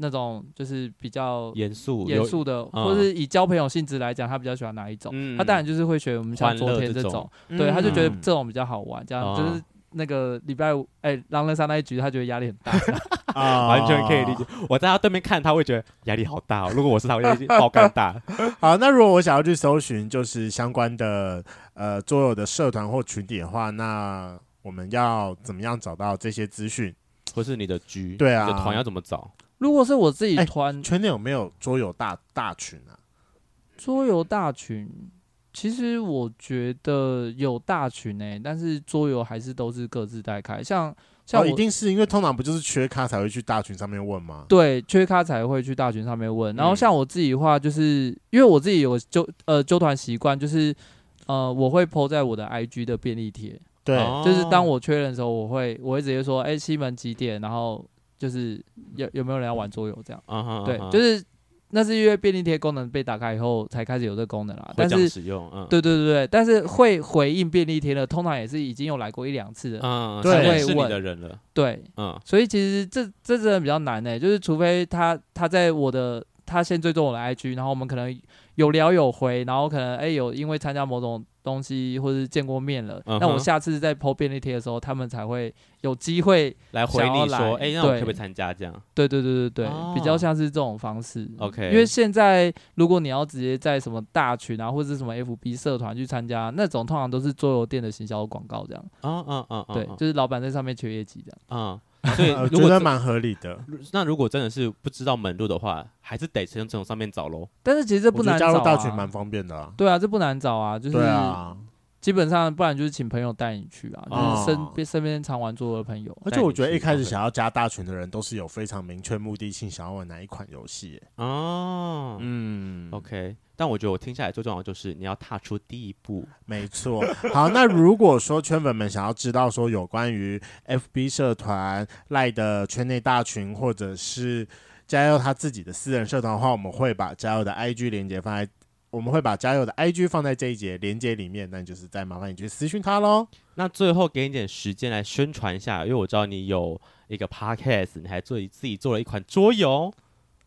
那种就是比较
严肃
严
有
肃的，
嗯
或是以交朋友性质来讲，他比较喜欢哪一种？
嗯
他当然就是会选我们像
欢乐
昨天
这
这种
种，
对，他就觉得
嗯
这种比较好玩，这样、
哦
就是。那个礼拜五，哎、狼人杀那一局，他觉得压力很大。 [LAUGHS]
啊
完全可以理解。。我在他对面看，他会觉得压力好大、哦。如果我是他，我压力爆肝
[LAUGHS]
大。
好，那如果我想要去搜寻就是相关的呃桌游的社团或群体的话，那我们要怎么样找到这些资讯？
或是你的局，
对啊
你的团要怎么找？
如果是我自己
哎
嗯
团
圈内有没有桌游大大群啊？
桌游大群，其实欸我觉得有大群诶、但是桌游还是都是各自带开。像像
哦，
我、
一定是因为通常不就是缺咖才会去大群上面问吗？
对缺咖才会去大群上面问。然后
嗯
像我自己的话，就是因为我自己有纠呃纠团习惯，就是呃我会 PO 在我的 IG 的便利贴，
对，
哦
就是当我确认的时候，我会我会直接说，哎、西门几点？然后就是有有没有人要玩桌游这样？
啊哈
对
啊哈，
就是那是因为便利贴功能被打开以后才开始有这功能啦。
会
但
这样
是
使用，嗯，
对对对对，但是会回应便利贴的，通常也是已经有来过一两次的。
嗯，
对
承认是
会
你
问
的人了，
对，
嗯，
所以其实这这真的比较难呢、欸就是除非他他在我的他先追踪我的 IG，然后我们可能有聊有回，然后可能哎、有因为参加某种东西或是见过面了，
嗯哼
那我下次在 PO 便利贴的时候，他们才会有机会。
来回
想要
你说，
来
哎，那我可
对
不可以参加这样
对对对对对，
哦
比较像是这种方式。
？OK，
嗯因为现在如果你要直接在什么大群啊，或者是什么 FB 社团去参加，那种通常都是桌游店的行销广告这样，
嗯嗯嗯嗯，
对，
嗯
就是老板在上面缺业绩这样。
嗯， [LAUGHS] 所以
呃
如
觉
果
得
这
蛮合理的。
那如果真的是不知道门路的话，还是得从这种上面找喽。
但是其实这不
我觉
难
得
找、
加
啊，
入大群蛮方便的啊。
对啊，这不难找啊，就是
对啊，
基本上不然就是请朋友带你去啊，就是身、
哦
边身边常玩桌游的朋友。
而且我觉得一开始想要加大群的人，都是有非常明确目的性，想要玩哪一款游戏耶。
哦
嗯，
，OK。但我觉得我听下来最重要的就是你要踏出第一步。
没错。好，那如果说圈粉们想要知道说有关于 FB 社团赖的圈内大群，或者是加油他自己的私人社团的话，我们会把加油的 IG 连接放在。我们会把加油的 IG 放在这一节连接里面，那就是再麻烦你去私讯他喽。
那最后给你点时间来宣传一下，因为我知道你有一个 podcast，你还做自己做了一款桌游。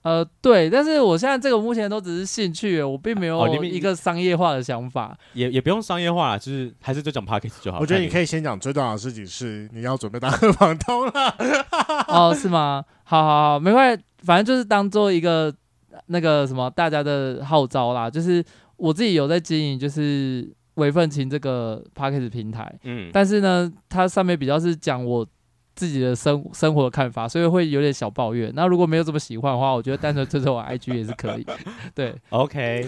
呃，对，但是我现在这个目前都只是兴趣，我并没
哦你
有
们
一个商业化的想法。
也也不用商业化啦，就是还是就讲 podcast 就好。
我觉得你
以，
可以先讲最重要的事情是你要准备当 [LAUGHS] 房东了。
哦，是吗？好好好，没关系，反正就是当做一个呃那个什么大家的号召啦。就是我自己有在经营，就是韦奋琴这个 p a c k a g e 平台，
嗯，
但是呢，它上面比较是讲我自己的生生活的看法，所以会有点小抱怨。那如果没有这么喜欢的话，我觉得单纯追着我 IG 也是可以。 [LAUGHS] 对，
OK，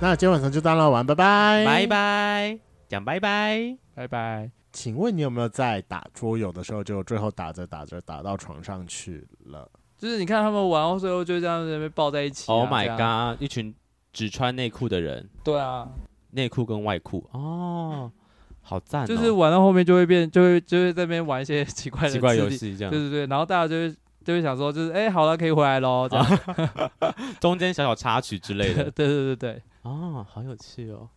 那今天晚上就到这玩，拜拜，
拜。拜，讲拜拜。
拜拜。
请问你有没有在打桌游的时候，就最后打着打着打到床上去了？
就是你看他们玩到最后就这样子被抱在一起啊、
Oh my
这样
god，一群只穿内裤的人，
对啊，
内裤跟外裤，哦，好赞、哦，
就是玩到后面就会变，就会就会在那边玩一些奇怪的
奇怪游
肢体，
戏这样
对，对对，然后大家就会就会想说，就是哎、好了，可以回来喽，这样，
中间小小插曲之类
[LAUGHS] 对
啊的，
对对对。
[LAUGHS] 哦，好有趣哦。